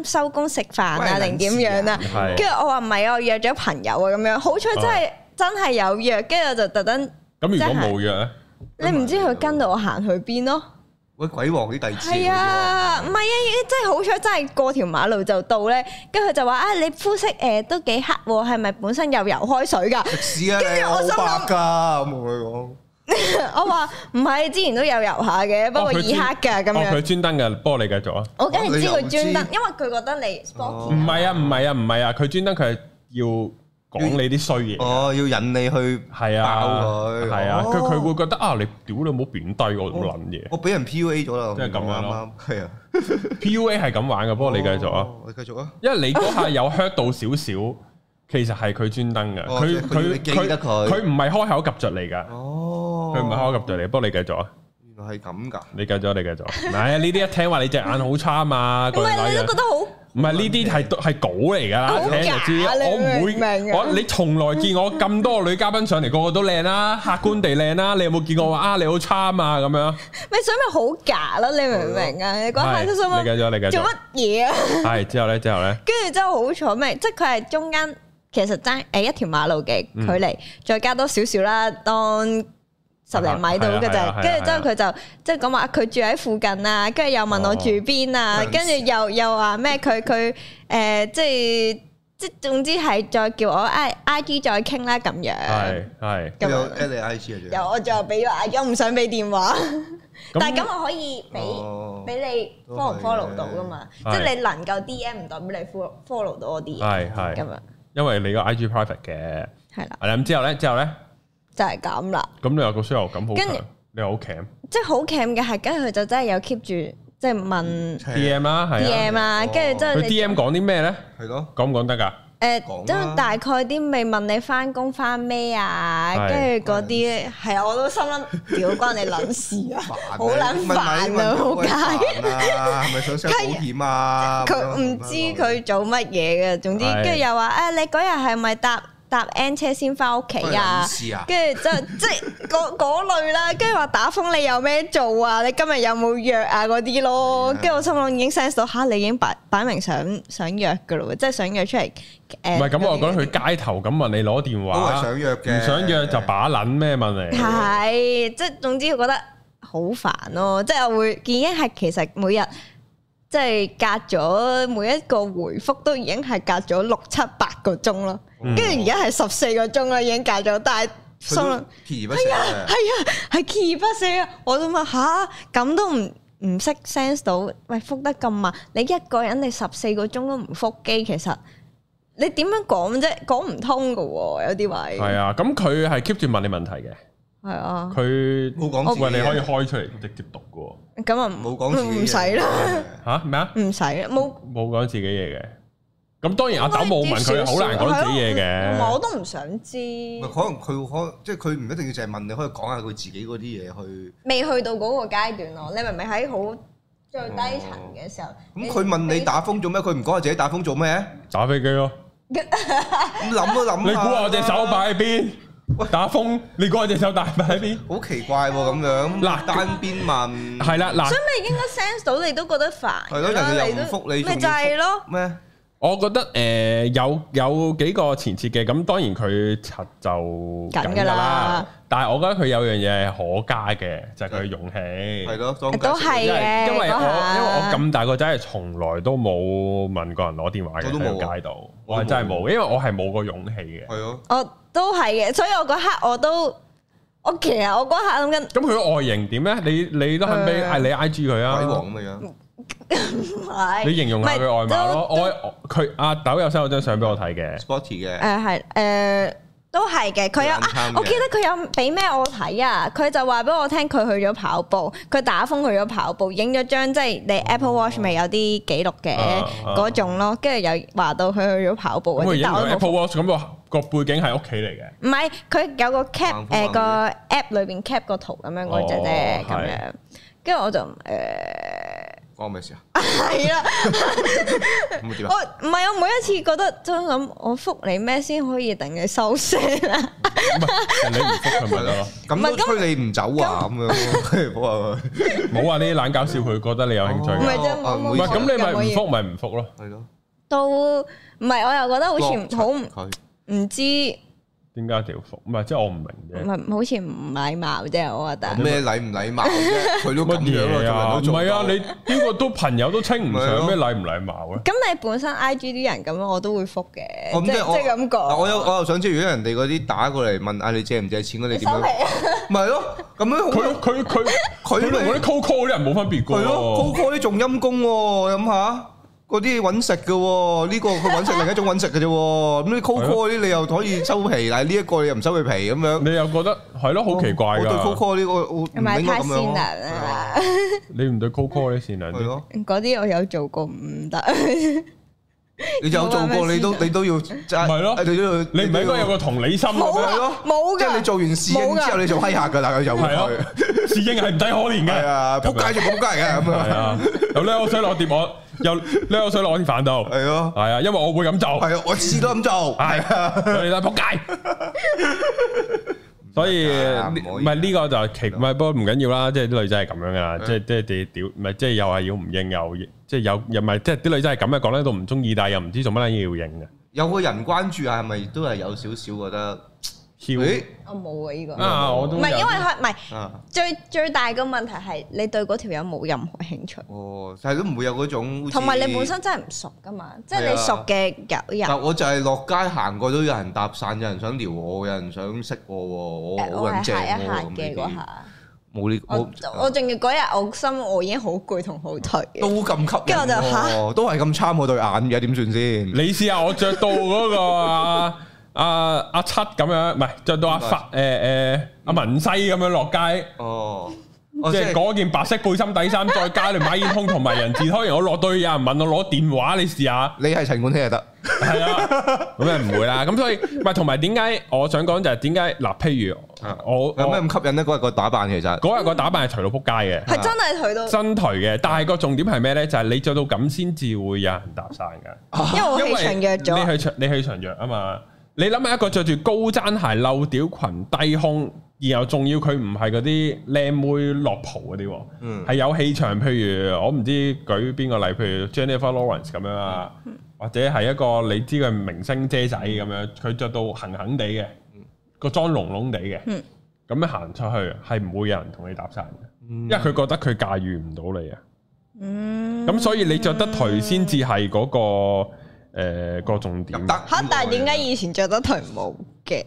S3: 啱收工食飯啊？
S2: 關
S3: 定
S2: 你
S3: 點樣啊
S2: 撚
S1: 事啊？係
S3: 跟住我話唔係啊，我約咗朋友啊咁樣。好彩真係
S1: 哦
S3: 真係有約，跟住我就特登，
S1: 咁如
S3: 真
S1: 果
S3: 係
S1: 冇約咧，啊
S3: 你唔知佢跟到我行去邊咯。
S2: 喂，鬼王啲弟子嚟嘅喎
S3: 係啊，唔係啊，真係好彩，真係過條馬路就到咧。跟住佢就話：啊，你膚色誒都幾黑喎，係咪本身有油開水㗎？
S2: 是啊，你好白噶，咁同佢講。
S3: 我話唔係，之前都有油下嘅，不過
S1: 哦
S3: 耳
S1: 佢專
S3: 黑㗎咁
S1: 哦佢
S3: 樣。
S1: 專登嘅，不過你繼續啊。
S3: 我梗係知
S2: 哦
S3: 佢
S2: 你又知
S3: 專登，因為佢覺得你 sporty
S1: 唔係啊，唔係啊，唔係啊，佢專登佢係要講你啲衰嘢。
S2: 哦，要引你去
S1: 係啊
S2: 爆，佢，
S1: 係啊，佢
S2: 哦
S1: 佢會覺得啊，你屌你冇貶低我咁撚 嘢
S2: 我俾人 PUA 咗啦，
S1: 即係咁樣咯
S2: 啱啱，係啊。
S1: ，PUA 係咁玩嘅。不過你繼續啊，
S2: 哦，你繼續啊。
S1: 因為你嗰下有 hurt 到少少，其實係佢專登嘅。
S2: 哦
S1: 佢
S2: 即係佢
S1: 佢
S2: 你記得佢
S1: 佢唔係開口及着你㗎，
S2: 哦
S1: 佢唔係開口及着你。不過你繼續啊，
S2: 原原來係咁㗎。
S1: 你繼續，你繼續。唔係啊，呢啲一聽話你隻眼好差嘛，
S3: 唔
S1: 各樣
S3: 係
S1: 各
S3: 你
S1: 樣
S3: 都覺得好
S1: 唔係呢啲係係稿嚟㗎啦，
S3: 好
S1: 聽就知。
S3: 假你
S1: 我唔
S3: 明唔明
S1: 會，
S3: 啊
S1: 我你從來見我咁多女嘉賓上嚟，個個都靚 啦，客觀地靚啦。你有冇見過我話啊？你好差嘛咁樣？
S3: 咪想咪好假咯？你明唔明啊？你嗰下都想
S1: 係你
S3: 問
S1: 繼續，你繼
S3: 做
S1: 續。
S3: 乜嘢啊？
S1: 係之後咧，之後 咧，
S3: 跟住之後好彩咩？即係佢係中間其實爭誒一條馬路嘅距離，再加多少少啦，當十零米到嘅
S1: 嗯係啊係啊係啊
S3: 啫。跟住之後佢就即係講話啊佢住喺附近啊，跟住又問我住邊啊
S2: 哦，
S3: 跟住又又話咩佢佢誒即係即係總之係再叫我 I I G 再傾啦咁樣。
S1: 係係。
S2: 有
S3: 咁樣
S2: at 你 IG 啊最
S3: 又
S2: 後？
S3: 我最後俾咗 I G，我唔想俾電話，但係咁我可以俾。
S2: 哦
S3: 俾
S2: 都
S3: 你 follow 唔
S2: 係
S3: follow
S2: 嘅
S3: 到噶嘛，即
S1: 係
S3: 係你能夠 DM 唔代表你 follow follow 到我啲嘢，
S1: 係係
S3: 咁樣
S1: 因為你個 IG private 嘅，
S3: 係啦，
S1: 係啦咁之後咧，之後咧，
S3: 就係咁啦。
S1: 咁你有個需求感好
S3: 跟住
S1: 強，你又好 cam
S3: 即係好 cam 嘅係，跟住佢就真係有 keep 住即係問
S2: 嗯係
S1: DM 啦，係啊，
S3: DM 啊，
S2: 哦
S3: 跟住之後
S1: 佢
S3: 你
S1: DM 講啲咩咧？
S2: 係咯，
S1: 講唔講得㗎？
S3: 誒，
S2: 講
S3: 即
S2: 啦
S3: 係大概啲未問你翻工翻咩啊，
S1: 係
S3: 跟住嗰啲係啊，我都心諗 屌關你撚事 啊！
S2: 煩啊
S3: 好撚煩啊
S2: 英文名
S3: 仆街
S2: 煩啊，係咪想 sell 保險啊？
S3: 佢唔知佢做乜嘢嘅，總之
S1: 係
S3: 跟住又話呃誒，你嗰日係咪搭搭 N 車先翻屋企
S2: 關你
S3: 啊
S2: 撚？事啊，
S3: 跟住就即係嗰嗰類啦，跟住話打風你有咩做啊？你今日有冇約啊？嗰啲咯，
S2: 係啊
S3: 跟住我心諗已經 sense 到吓，你已經擺擺明想想約噶咯喎，即係想約出嚟
S1: 唔
S3: 誒。
S1: 係咁，我覺得佢街頭咁問你攞電
S2: 都係
S1: 話，
S2: 想約
S1: 唔
S2: 嘅，
S1: 想約就把撚咩問你？
S3: 係即係總之，我覺得好煩咯。即係我會已經係其實每日即係隔咗每一個回覆都已經係隔咗六七八個鐘咯，
S1: 嗯
S2: Ừ.
S3: 跟住而家係十四個鐘啦，已經隔咗，但係
S2: 佢
S3: 心
S2: 都
S3: 諗。
S2: 鍥而不捨嘅
S3: 係啊，係鍥而不捨啊！我都問吓，咁都唔唔識 sense 到，喂覆得咁慢，你一個人你十四個鐘都唔覆機，其實你點樣講啫？講唔通噶喎，有啲位
S1: 係啊，咁佢係 keep 住問你問題嘅，
S3: 係啊，
S1: 佢
S2: 冇講自己
S1: 喂
S2: 嘅
S1: 你可以開出嚟直接讀嘅
S3: 咁啊
S2: 冇講自己嘅
S3: 唔使啦，
S1: 喎吓咩啊？
S3: 唔使啦，冇
S1: 冇講自己嘢嘅，咁當然阿豆冇問佢，好難講自己嘢
S3: 唔係
S1: 嘅
S3: 我，都唔想知，
S2: 咪可能啊佢可即係佢唔一定要淨係問你，可以講下佢自己嗰啲嘢去。
S3: 未去到嗰個階段咯。你明明喺好最低層嘅時候，
S2: 咁佢問你打風做咩？佢唔講下自己打風做咩？
S1: 打飛機咯。
S2: 咁諗都諗
S1: 你估我隻手擺喺邊？打風，你估我隻手大擺喺邊？
S2: 好奇怪喎咁樣。
S1: 嗱
S2: 單邊問
S1: 係啦，嗱
S3: 所，以咪應該 sense 到你都覺得煩
S2: 係咯人哋又唔
S3: 你都
S2: 覆你仲
S3: 咪
S2: 要
S3: 就係咯。
S2: 咩？
S1: 我覺得誒有有幾個前設嘅，咁當然佢柒就緊㗎
S3: 緊㗎
S1: 啦
S3: 啦。
S1: 但係我覺得佢有樣嘢係可嘉嘅，就係佢嘅勇氣。
S2: 係咯，當
S3: 都
S1: 因
S3: 係
S1: 為
S3: 嘅，
S1: 因為
S3: 嗰
S1: 我
S3: 下
S1: 因為我咁大個仔係從來都冇問過人攞電話嘅
S2: 我都冇啊
S1: 喺條街度，我係真係冇，因為我係冇個勇氣嘅。
S2: 係咯，
S3: 我都係嘅，所以我嗰刻我都，我其實我嗰刻諗緊
S1: 咁佢個外形點咧？你你都肯俾
S3: 誒
S1: 係你 I G 佢
S2: 鬼
S1: 啊？
S2: 王咁嘅樣。
S3: 唔係，
S1: 你形容下佢外貌咯。
S3: 唔係
S1: 我我佢阿豆有 send 咗張相俾我睇嘅，
S2: Sporty
S3: 都
S2: 嘅，
S3: 誒係誒都係嘅，佢有
S2: 佢懶
S3: 啊
S2: 貪嘅
S3: 我記得佢有俾咩我睇啊，佢就話俾我聽佢去咗跑步，佢打風去咗跑步，影咗張即係你 Apple Watch 咪有啲記錄嘅
S1: 哦啊啊
S3: 嗰種咯，跟住又話到佢去咗跑步
S1: 咁
S3: 嗰
S1: 佢
S3: 啲，
S1: 影
S3: 但我
S1: 咗
S3: 都冇
S1: Apple Watch，咁個個背景喺屋企嚟嘅。
S3: 唔係，佢有個 cap
S2: 橫幅
S3: 誒個
S2: 橫
S3: app 裏邊 cap 個圖咁樣嗰只
S1: 哦
S3: 啫，咁
S1: 係
S3: 樣，跟住我就誒
S2: 關我咩事啊？
S3: 係啦。
S2: 咁咪點啊？
S3: 我唔係我每一次覺得真諗，我覆你咩先可以等你收聲啊？
S1: 唔係你唔覆佢咪得咯？
S2: 咁都吹你唔走啊？ 咁樣，好啊，
S1: 冇話呢啲懶搞笑，佢覺得你有興趣
S3: 唔係
S1: 嘅。
S3: 啫，冇
S2: 唔
S1: 唔
S3: 冇
S1: 係
S2: 係
S1: 咁你咪
S3: 冇
S1: 唔
S3: 嘢
S1: 覆咪唔覆咯？
S2: 係咯，
S3: 都唔係，我又覺得好似好唔
S2: 佢
S3: 唔知，
S1: 點解一定要覆？唔係即係我唔明
S3: 唔
S1: 啫。
S3: 係好似唔禮貌啫，我覺得。
S2: 咩禮唔禮貌 啫？佢都咁
S1: 乜
S2: 樣咯，做
S1: 嘢
S2: 人
S1: 啊？
S2: 都
S1: 唔
S2: 做到。
S1: 係啊，你呢個都朋友都稱唔
S2: 咪係啊
S1: 上
S2: 咯
S1: 咩禮唔禮貌咧？
S3: 咁你本身 I G 啲人咁樣，我都會覆嘅，
S2: 我唔
S3: 即
S2: 知
S3: 係
S2: 我
S3: 即係咁
S2: 嗱，我
S3: 講。
S2: 有我又想知，如果人哋嗰啲打過嚟問啊，你借唔借錢嗰你點
S3: 收
S2: 樣？
S3: 皮啊！
S2: 咪係咯，咁樣
S1: 佢
S2: 好
S1: 佢佢
S2: 佢
S1: 佢同
S2: 咪
S1: 嗰啲 Coco 嗰啲人冇分別噶
S2: 係咯，高
S1: 喎。
S2: 科啲仲陰公喎，諗下。嗰啲揾食嘅喎，呢、個佢揾食，另一種揾食嘅啫喎。咁你 Coco 嗰啲你又可以收皮，但係呢一個你又唔收佢皮咁樣。
S1: 你又覺得係咯，好奇怪
S2: 我對
S1: 㗎！
S2: Coco 呢個我唔
S3: 唔
S2: 應該
S3: 係太
S2: 咁
S3: 善
S2: 樣
S3: 良
S2: 咯。
S3: 啦，
S1: 你唔對 Coco 啲善良
S2: 係
S1: 啲，
S2: 咯，
S3: 嗰啲我有做過唔得，
S2: 你有做過你都你都要揸，
S1: 咪咯
S2: 你都要
S1: 你唔係應該有個
S2: 個
S1: 同理心嘅
S3: 冇
S1: 咩？
S2: 係
S3: 啊
S2: 咯，
S3: 冇
S2: 即係你
S3: 㗎。
S2: 做完試
S3: 冇
S2: 英
S3: 㗎
S2: 之後，你就閪下㗎啦，佢就會
S1: 係啊
S2: 去，
S1: 侍應係唔抵可憐
S2: 係
S1: 嘅。
S2: 啊，仆街就仆街嘅咁
S1: 係
S2: 啊，
S1: 啊，又甩口水落碟我，又甩口水落我啲飯度。
S2: 係咯，
S1: 係啊，因為我會咁做。
S2: 係啊，我次都咁做，
S1: 係 啊，你啦仆街。所以呢唔
S2: 唔得㗎唔可以
S1: 係呢個就係奇，唔係不過唔緊要啦，即係啲女仔係咁樣噶啦，即係即係哋屌，唔係即係又係要唔應又，即係有又唔係即係啲女仔係咁嘅，講咧都唔中意，但係又唔知做乜撚嘢要應嘅。
S2: 有個人關注啊下，係咪都係有少少覺得，
S1: 翹
S2: 誒
S3: 我冇啊呢個。
S1: 啊，我都
S3: 唔係
S1: 有
S3: 因為佢唔係
S2: 啊，
S3: 最最大嘅問題係你對嗰條友冇任何興趣，
S2: 哦，但係都唔會有嗰種好似，
S3: 同埋你本身真係唔熟噶嘛，即係
S2: 係
S3: 你
S2: 啊
S3: 熟嘅友人。
S2: 但我就係落街行過都有人搭訕，有人想撩我，有人想識我喎，我
S3: 誒
S2: 好
S3: 我
S2: 撚
S3: 係
S2: 正
S3: 下
S2: 喎
S3: 一下
S2: 咁呢
S3: 嘅嗰，下，
S2: 啲
S3: 我
S2: 冇呢
S3: 我仲要嗰日我心我已經好攰同好頹
S2: 都
S3: 嘅，
S2: 咁吸引喎，
S3: 跟住我就
S2: 都係咁差我對眼嘅，點算先？
S1: 你試下我着到 嗰個啊啊阿七咁樣，唔係着到阿發誒誒阿文西咁樣落街。
S2: 哦，我
S1: 即
S2: 即
S1: 係
S2: 係
S1: 嗰件白色背心底衫，再加你買煙通同埋人字拖，然後我落到去有人問我攞電話，你試下。
S2: 你係陳冠希就得，
S1: 系啊，咁又唔會啦。咁所以唔係同埋點解我想講就係點解嗱，譬如我
S2: 有咩
S1: 我
S2: 咁啊吸引咧？嗰日個打扮其實，
S1: 嗰日個打扮係頹到扑街嘅，
S3: 係真係頹到，
S1: 真頹嘅。但係個重點係咩咧？就係你着到咁先至會有人搭訕嘅，
S3: 因為我
S1: 因
S3: 氣場弱
S1: 為
S3: 咗，
S1: 你去長你去長弱啊嘛。你諗下一個着住高踭鞋、漏屌裙、低胸，然後仲要佢唔係嗰啲靚妹落袍嗰啲喎。
S2: 嗯，
S1: 係有氣場，譬如我唔知舉邊個例，譬如 Jennifer Lawrence 咁樣啊，或者係一個你知佢係明星姐仔咁樣，佢着到痕痕地嘅，個妝濃濃地嘅
S3: 嗯，
S1: 咁樣行出去係唔會有人同你搭訕嘅，
S2: 因
S1: 因為佢覺得佢駕馭唔到你啊。
S3: 嗯，
S1: 咁所以你着得頹先至係嗰個誒個重點。
S2: 得
S3: 嚇！但係點解以前着得頹冇嘅？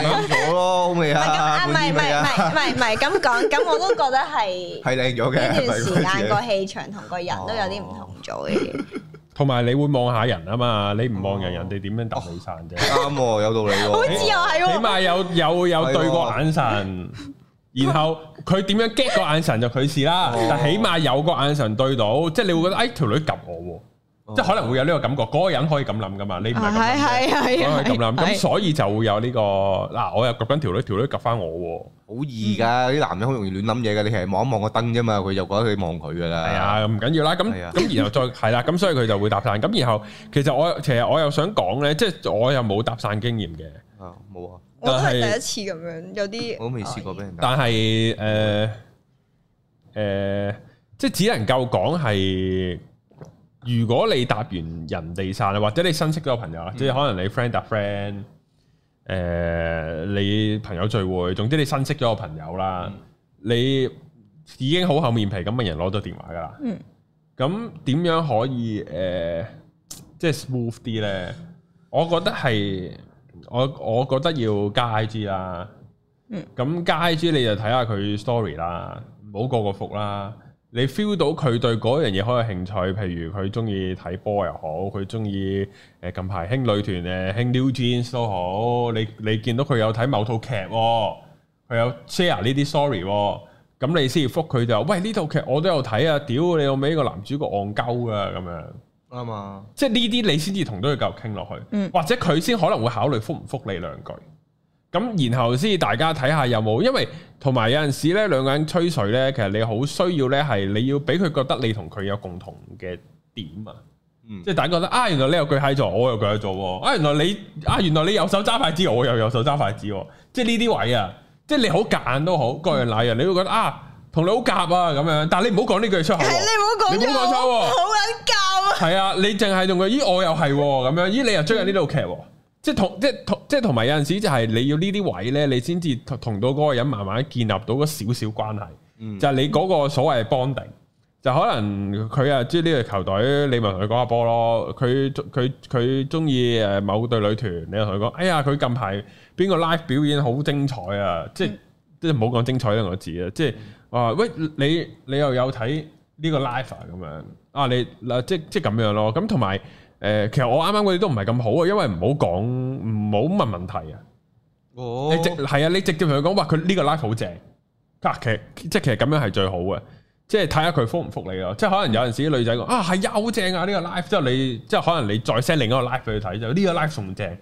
S2: 靚咗咯？好未
S3: 唔係 咁
S2: 啊？
S3: 啊，唔
S2: 滿
S3: 係
S2: 意
S3: 唔
S2: 未
S3: 係唔
S2: 啊？
S3: 係唔係唔係咁講，咁我都覺得 係。
S2: 係靚咗嘅，
S3: 呢
S2: 係咪
S3: 段時間個氣場同個人都有啲唔同咗嘅，
S1: 同埋你會望下人啊嘛，你唔望人，
S2: 哦
S1: 人哋點樣搭你散啫？
S2: 啱喎，有道理喎，
S3: 好似又係
S1: 起
S3: 喎，
S1: 碼有有有對過眼神，然後佢點樣 get 個眼神就佢事啦
S2: 哦。
S1: 但起碼有個眼神對到，即係你會覺得，哎，條女及我
S2: 哦
S1: 喎，即係可能會有呢個感覺。嗰個人可以咁諗噶嘛，你唔係咁諗啫，
S3: 啊係
S1: 我
S3: 係
S1: 可以咁諗，咁所以就會有呢個嗱，我又及緊條女，條女及翻我喎，
S2: 好易噶，啲男人好容易亂諗嘢噶，你係望一望個燈啫嘛，佢就覺得你望佢噶啦。
S1: 係，啊，唔緊要啦。咁
S2: 係啊
S1: 咁然後再係啦，咁所以佢就會搭訕。咁然後其實我其實我又想講咧，即係我又冇搭訕經驗嘅，
S2: 啊冇啊，
S3: 我都係第一次咁樣，有啲
S2: 我都未試過俾人打。
S1: 但係呃誒誒，呃即係只能夠講係，如果你搭完人哋散啊，或者你新識咗個朋友啦，即係可能你 friend 搭 friend，誒、你朋友聚會，總之你新識咗個朋友啦，你已經好厚面皮咁問人攞咗電話噶啦，
S3: 嗯
S1: 咁點樣可以誒、呃即係 smooth 啲咧？我覺得係我我覺得要加 IG 啦。咁加 I G 你就睇下佢 story 啦，唔好個個覆啦。你 feel 到佢對嗰樣嘢好有興趣，譬如佢中意睇波又好，佢中意誒近排興女團誒興 New Jeans 都好，你你見到佢有睇某套劇喎、佢有 share 呢啲 story 喎，咁你先至覆佢就喂呢套劇我都有睇啊，屌你老味呢個男主角戇鳩噶咁樣，
S2: 啱啊，
S1: 即係呢啲你先至同到佢繼續傾落去，
S3: 嗯
S1: 或者佢先可能會考慮覆唔覆你兩句。咁然後先大家睇下有冇，因為同埋有陣時咧兩個人吹水咧，其實你好需要咧係你要俾佢覺得你同佢有共同嘅點啊，
S2: 嗯
S1: 即係大家覺得啊原來你有巨蟹座，我有巨蟹座喎，啊原來你啊原來你右手揸筷子，我又右手揸筷子喎，即係呢啲位啊，即係你好夾硬都好，各樣那樣，你會覺得啊同你好夾啊咁樣，但係你唔好講呢句出口喎。
S3: 係你
S1: 你
S3: 唔
S1: 唔好
S3: 好
S1: 講錯喎
S3: 講錯喎，好撚教啊！
S1: 係啊，你淨係用佢，咦我又係喎咁樣，咦你又追緊呢套劇喎，即係同即係同即係同埋有陣時就係你要呢啲位咧，你先至同同到嗰個人慢慢建立到嗰少少關係，
S2: 嗯
S1: 就係你嗰個所謂 bonding，就可能佢啊中意呢隊球隊，你咪同佢講下波咯，佢佢佢中意誒某隊女團，你就同佢講，哎呀佢近排邊個 live 表演好精彩啊，即係。即係唔好講精彩兩個字啊！即係話喂，你你又有睇呢個 live 啊咁樣啊？你嗱即即咁樣咯。咁同埋誒，其實我啱啱嗰啲都唔係咁好啊，因為唔好講，唔好問問題啊。
S2: 哦
S1: 你直係啊，你直接同佢講話，佢呢個 live 好正。啊，其實即係其實咁樣係最好嘅，即係睇下佢覆唔覆你咯。即係可能有陣時啲女仔講啊係啊好正啊呢、個 live，之後你即係可能你再 send 另一個 live 俾佢睇就呢、個 live 仲正，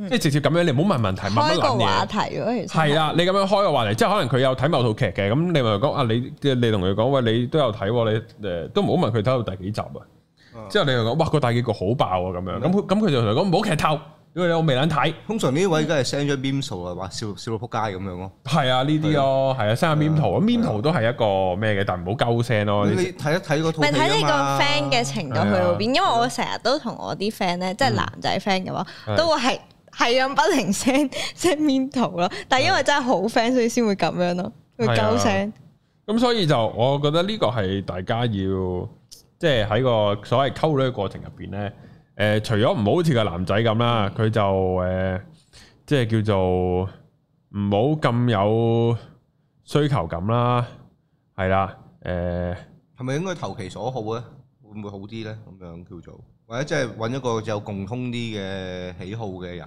S1: 即係直接咁樣你唔好問問題，問乜
S3: 嗯開個
S1: 撚嘢
S3: 話。題咯，其實
S1: 係啦，你咁樣開個話題，即係可能佢有睇某套劇嘅，咁你咪講啊，你即係你同佢講，喂，你都有睇喎，你誒都唔好問佢睇到第幾集啊。之後你又講，哇，個大結局好爆啊，咁樣，咁佢咁佢就同佢講唔好劇透，因為我未撚睇。
S2: 通常呢位梗係 send 咗 meme 數啊，話笑笑到仆街咁樣咯。
S1: 係啊，呢啲咯，係啊，生下 meme 圖啊，meme 圖都係一個咩嘅，但唔好鳩聲咯。
S2: 你
S1: 你
S2: 睇一睇嗰套
S3: 咪
S2: 戲
S3: 睇你個
S2: 啊嘛
S3: friend 嘅程度去
S1: 啊
S3: 到邊，因為我成日都同我啲 friend 咧，即係男仔 friend 嘅話，
S1: 嗯係
S3: 都會係係咁不停 send send 面圖咯。但係因為真係好 friend，所以先會咁樣咯，會
S1: 係啊
S3: 鳩聲。
S1: 咁所以就我覺得呢個係大家要即係喺個所謂溝女嘅過程入邊咧，誒、除咗唔好好似個男仔咁啦，佢就誒、即係叫做唔好咁有需求感啦，係啦，誒、
S2: 係咪應該投其所好咧？會唔會好啲咧？咁樣叫做，或者即係揾一個有共通啲嘅喜好嘅人，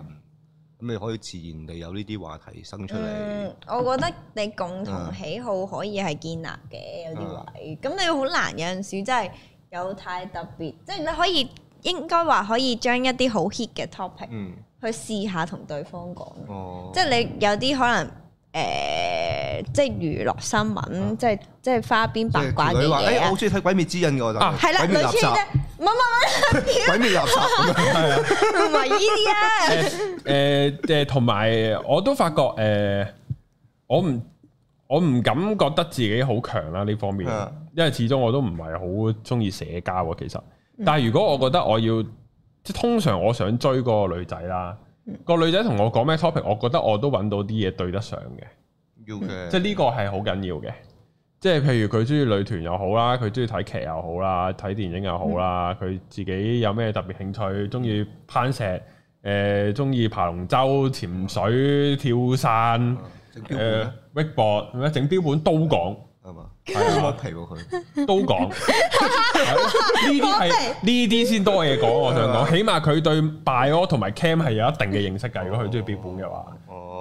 S2: 咁你可以自然地有呢啲話題生出嚟。
S3: 嗯，我覺得你共
S2: 嗯
S3: 同喜好可以係建立嘅，
S1: 嗯
S3: 有啲位。咁你好難有陣時真係有太特別，即係你可以應該話可以將一啲好 hit 嘅 topic
S2: 嗯，
S3: 去試下同對方講。
S2: 哦，
S3: 即係你有啲可能誒、即係娛樂新聞，即係即係花邊八卦
S2: 條
S3: 嘅
S2: 女話：，誒，
S3: 嘢
S2: 我好
S3: 啊，
S2: 中意睇《鬼滅之刃》嘅，我就
S1: 啊
S2: 係
S3: 係啦，
S2: 鬼
S3: 類
S2: 滅垃
S3: 似啫
S2: 圾，，
S3: 乜 乜
S2: 鬼滅垃圾咁樣。
S3: 乜唔係呢啲啊，
S1: 誒誒，呃同埋、我都發覺誒、我唔我唔敢覺得自己好強啦呢方面
S2: 啊，
S1: 因為始終我都唔係好中意社交啊。其實，但係如果我覺得我要即係通常我想追嗰個女仔啦，個女仔同我講咩 topic，我覺得我都揾到啲嘢對得上嘅。
S2: 要嘅，
S1: 嗯即係呢個係好緊要嘅。即係譬如佢中意女團又好啦，佢中意睇劇又好啦，睇電影又好啦，
S2: 嗯
S1: 佢、自己有咩特別興趣，中意攀石，誒中意爬龍舟、潛水、跳傘，
S2: 啊整標
S1: 誒
S2: 本
S1: wakeboard，係咪整標本都講，
S2: 係嘛？
S1: 呃係
S2: 剝
S1: 啊
S2: 皮喎 佢，
S1: 都 講。係咯呢啲係呢啲先多嘢講，我想講，起碼佢對 bio 同埋 cam 係有一定嘅認識㗎。如果佢中意標本嘅話。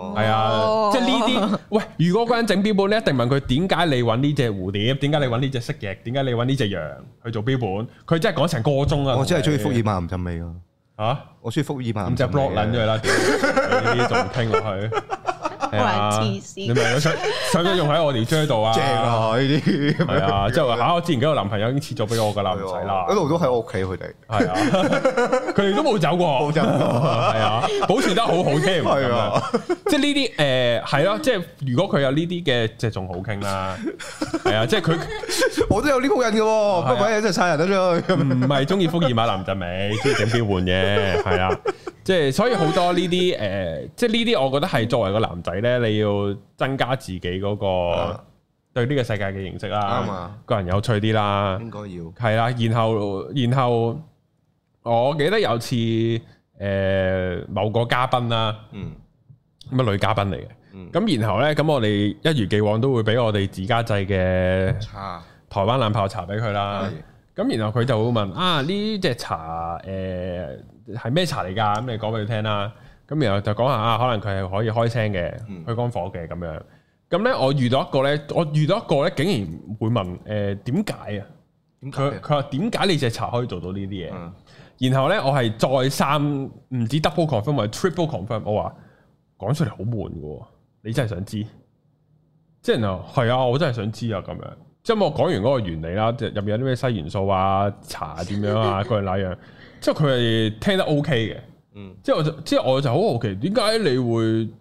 S2: 哦，
S1: 系啊
S3: 哦，
S1: 即系呢啲，喂，如果嗰個人整標本，你一定問佢點解你揾呢只蝴蝶，點解你揾呢只蜥蜴，點解你揾呢只羊去做標本？佢真係講成個鐘啊！
S2: 我哦真係中意福
S1: 同
S2: 爾
S1: 你
S2: 馬唔浸味㗎，
S1: 嚇，
S2: 我中意福爾馬
S1: 咁
S2: 唔
S1: 就
S2: 浸味啊
S1: block 撚咗佢啦，屌你呢啲仲傾落去，係啊
S3: 我係黐線
S1: 你咪想想唔想用喺我條 j 度啊？
S2: 正！啊！呢啲
S1: 係啊，即係話嚇，我之前嗰個男朋友已經切咗俾我㗎 啦，唔使啦
S2: 一，路都喺我屋企，佢哋
S1: 係啊， 佢哋都冇走過，
S2: 浸過。
S1: 系啊，保存得好好添，
S2: 係
S1: 係
S2: 啊
S1: 啊，即係呢啲诶係咯，即係如果佢有呢啲嘅，即係仲好傾 啦，係啊，即係佢
S2: 我都有呢鋪人嘅
S1: 哦啊
S2: 喎，乜鬼嘢真係殺人得咗
S1: 唔係中意福爾馬林就美，中意整標換嘅，係啊，即係所以好多呢啲诶，即係呢啲我覺得係作為個男仔咧，你要增加自己嗰個
S2: 啊
S1: 對呢個世界嘅認識啦，
S2: 啱啊，
S1: 個人有趣啲啦，
S2: 應該要
S1: 係啦，然後然後我記得有次诶某個嘉賓啦。
S2: 嗯
S1: 咁啊女嘉賓嚟嘅。
S2: 嗯
S1: 咁、然後呢，咁我哋一如既往都會俾我哋自家製嘅
S2: 差
S1: 台灣冷泡茶俾佢
S2: 啊
S1: 啦。咁然後佢就會問啊呢只茶誒係咩茶嚟㗎？咁你講俾佢聽啦。咁然後就講下啊，可能佢係可以開聲嘅
S2: 嗯，
S1: 開肝火嘅咁樣。咁呢，我遇到一個呢，我遇到一個呢，竟然會問誒點解啊？
S2: 點解
S1: 佢
S2: 嘅？
S1: 佢話點解你只茶可以做到呢啲嘢？
S2: 嗯
S1: 然後咧，我係再三唔止 double confirm，或者 triple confirm，我話講出嚟好悶嘅喎，你真係想知？即係然後係啊，我真係想知啊咁樣。即係我講完嗰個原理啦，即係入面有啲咩西元素啊、茶點樣啊、 嗰樣那樣，即係佢係聽得 OK 嘅。
S2: 嗯
S1: 即係我就即係我就好好奇，點解你會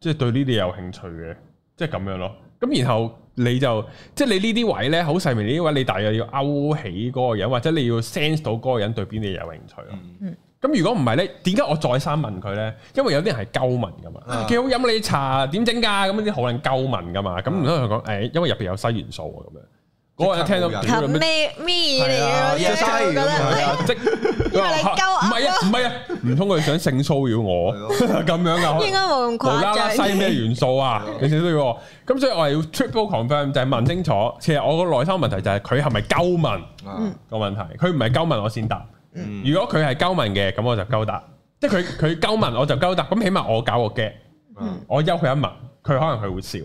S1: 即係對呢啲有興趣嘅？即係咁樣咯。咁然後你就即係你呢啲位咧，好細微呢啲位，你大約要勾起嗰個人，或者你要 sense 到嗰個人對邊啲嘢有興趣咯。
S2: 嗯
S1: 咁如果唔係咧，點解我再三問佢咧？因為有啲人係鳩問噶嘛，
S2: 啊
S1: 幾好飲你茶點整㗎？咁呢啲好撚鳩問噶嘛，咁唔通佢講誒，因為入邊有西元素啊咁樣。嗰個人聽到
S2: 即刻
S1: 屌
S2: 冇人
S3: 係
S1: 你咩
S3: 咩咩嚟嘅？
S2: 係啊
S3: 我真係覺
S2: 係
S3: 得
S2: 啊
S1: 即
S3: 因為你鳩
S1: 唔
S3: 噏
S1: 係啊，唔係啊，唔通佢想性騷擾我
S2: 係
S1: 咁樣啊噶？
S3: 應該冇咁
S1: 無啦
S3: 誇
S1: 啦西
S3: 張。
S1: 咩元素啊
S2: 係啊？
S1: 你少少我，咁所以我係要 triple confirm 就係問清楚。其實我個內心問題就係佢係咪鳩問
S3: 嗯
S2: 啊
S1: 個問題，佢唔係鳩問我先答。
S2: 嗯
S1: 如果佢係鳩問嘅，咁我就鳩答。即係佢佢鳩問我就鳩答，咁起碼我搞個 get，
S2: 嗯
S1: 我休佢一問，佢可能佢會笑。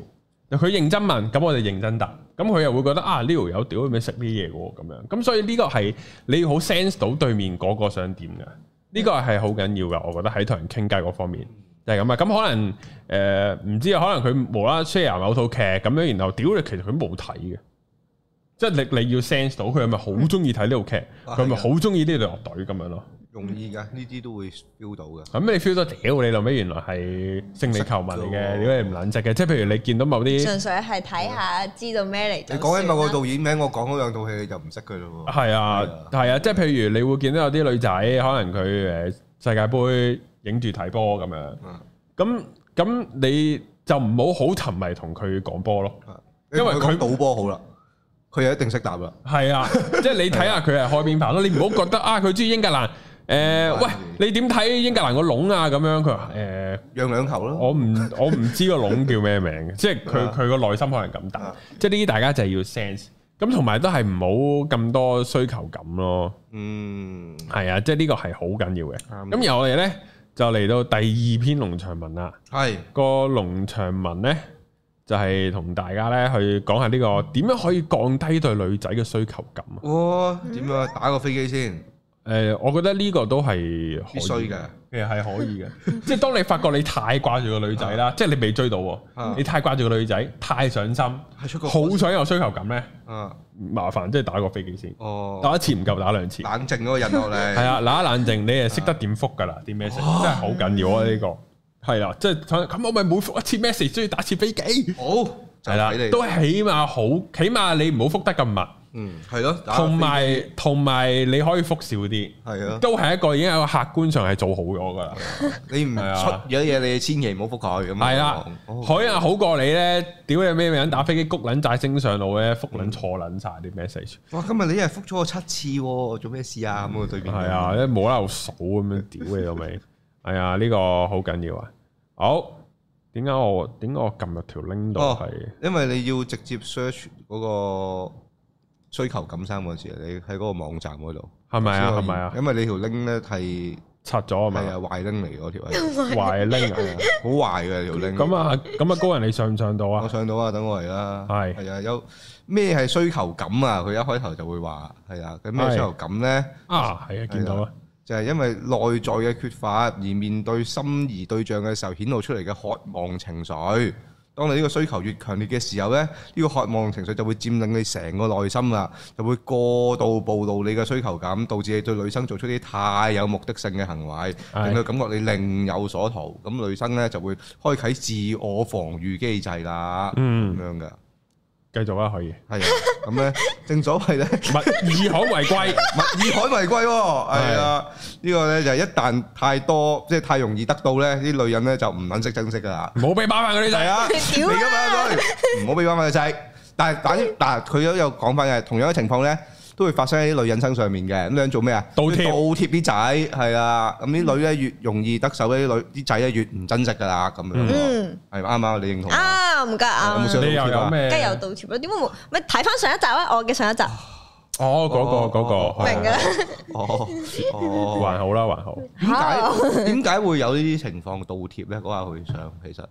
S1: 佢認真問，咁我就認真答。咁佢又會覺得啊呢條友屌佢咪食啲嘢喎咁樣，咁所以呢個係你要好 sense 到對面嗰個想點嘅，呢個係好緊要噶，我覺得喺同人傾偈嗰方面就係咁啊。咁可能誒唔、知啊，可能佢無啦啦 share 某套劇咁樣，然後屌你其實佢冇睇嘅。即係你你要 sense 到佢係咪好中意睇呢套劇，
S2: 啊
S1: 佢係咪好中意呢隊樂隊咁樣咯。
S2: 容易噶，呢啲都會 feel 到嘅。
S1: 咁你 feel 到屌你老尾原來係勝利球迷嚟嘅，
S2: 識㗎喎
S1: 屌你唔撚識嘅。即係譬如你見到某啲
S3: 純粹係睇下知道咩嚟就
S2: 你
S3: 算啦。
S2: 講緊某個導演名，我講嗰兩套戲，你就唔識佢咯喎。
S1: 係啊
S2: 係啊，
S1: 係啊，即係譬如你會見到有啲女仔，可能佢誒呃世界盃影住睇波咁樣，
S2: 嗯
S1: 咁咁你就唔好好沉迷同佢講波咯。
S2: 啊
S1: 因為
S2: 你
S1: 佢
S2: 同講賭波好啦，佢就一定識答啦。
S1: 係啊， 即係你睇下佢係開邊排咯，你唔好覺得啊佢中意英格蘭。誒、喂，你點睇英格蘭個籠啊？咁樣佢話誒，
S2: 讓兩球咯，
S1: 我唔我唔知個籠叫咩名 嘅，即係佢佢個內心可能咁大
S2: 啊，
S1: 即係呢啲大家就係要 sense，咁同埋都係唔好咁多需求感咯。
S2: 嗯，
S1: 係啊，即係呢個係好緊要嘅。
S2: 啱
S1: 咁由我哋呢，就嚟到第二篇農場文啦。
S2: 係
S1: 個農場文呢，就係、同大家呢去講下呢、個點樣可以降低對女仔嘅需求感啊。
S2: 哇，點啊？打個飛機先，
S1: 誒、我覺得呢個都係可以
S2: 必須嘅，
S1: 其實係可以嘅。 即係當你發覺你太掛住個女仔啦，即係你未追到喎，
S2: 啊
S1: 你太掛住個女仔，太上心，
S2: 係出個
S1: 好想有需求感呢，
S2: 啊，
S1: 麻煩即係打個飛機先，
S2: 哦，
S1: 打一次唔夠打兩次。
S2: 冷靜嗰個人落嚟，
S1: 係啊，冷一冷靜，你係識得點覆噶啦，啲 message 真係好緊要啊！呢個係啦，即係咁我咪每覆一次 message 需要打一次飛機，
S2: 好就
S1: 係啦
S2: 睇你，，
S1: 都起碼好，起碼你唔好覆得咁密，
S2: 嗯，係咯，打個
S1: 同埋同埋你可以覆少啲，
S2: 係啊，
S1: 都係一個已經有個客觀上係做好咗噶啦，
S2: 你唔出
S1: 係啊
S2: 咗嘢，你千祈唔好覆佢咁樣講。
S1: 係啦，
S2: 哦
S1: 海啊好過你咧，屌你咩人打飛機谷撚債升上腦咧，覆撚錯撚晒啲 message，
S2: 哇，今日你一日覆咗我七次喎，做咩事啊？咁啊，對面
S1: 係啊，一冇啦度數咁樣，屌你 老味！係啊，呢個好緊要啊！好，點解我點解我撳入條 link 度
S2: 哦
S1: 係？
S2: 因為你要直接 search 嗰個需求感三個字，啊你喺嗰個網站嗰度
S1: 係咪啊？
S2: 先可
S1: 係
S2: 以
S1: 咪啊？
S2: 因為你條 link 咧係
S1: 拆咗係咪
S2: 係啊
S1: 啊？
S2: 壞 link 嚟嗰條 係，
S1: 壞 link 啊！
S2: 好壞嘅條 link。
S1: 咁啊，咁啊，高人你上唔上到
S2: 我
S1: 啊？
S2: 上到啊，等我嚟啦。
S1: 係
S2: 係啊，有咩係需求感啊？佢一開頭就會話係啊，咁咩
S1: 係
S2: 需求感咧？
S1: 啊，係啊，見到啊，
S2: 就係因為內在嘅缺乏而面對心儀對象嘅時候顯露出嚟嘅渴望情緒。當你呢個需求越強烈嘅時候呢呢、個渴望情緒就會佔領你成個內心啦，就會過度暴露你嘅需求感，導致你對女生做出啲太有目的性嘅行為，
S1: 係
S2: 令佢感覺你另有所圖。咁女生呢就會開啟自我防禦機制啦，咁、
S1: 嗯
S2: 樣嘅。
S1: 繼續啊，可以。
S2: 係啊，咁呢，正所謂呢。
S1: 物以可 為貴，
S2: 物以海為貴喎，係啊，呢個咧就係一旦太多，即係太容易得到咧，啲女人咧就唔撚識珍惜噶啦。
S1: 唔好俾把飯嗰啲
S2: 係
S1: 仔。
S2: 啊，你
S3: 屌啊嗯
S2: 咁啊，唔好俾翻佢仔。但係但但佢都有講翻嘅，同樣嘅情況咧，都會發生喺啲女人身上面嘅。咁樣做咩啊？
S1: 倒貼
S2: 要倒貼啲仔，係啊。咁啲女咧越容易得手咧，啲女啲仔咧越唔珍惜噶啦。咁樣咯
S3: 嗯
S2: 係啱唔啱？你認同啊？有
S3: 啱㗎
S2: 冇
S3: 啱
S2: 想。
S1: 你又有咩？
S3: 嗯梗係有道歉啦，點解冇？咪睇翻上一集啊，我嘅上一集
S1: 哦，嗰個
S2: 哦
S1: 嗰個，
S2: 係啊
S3: 明㗎啦。
S2: 哦哦
S1: 還，好啦，還好。
S2: 點
S3: 哦
S2: 解點解會有呢啲情況倒貼咧？嗰下佢想其實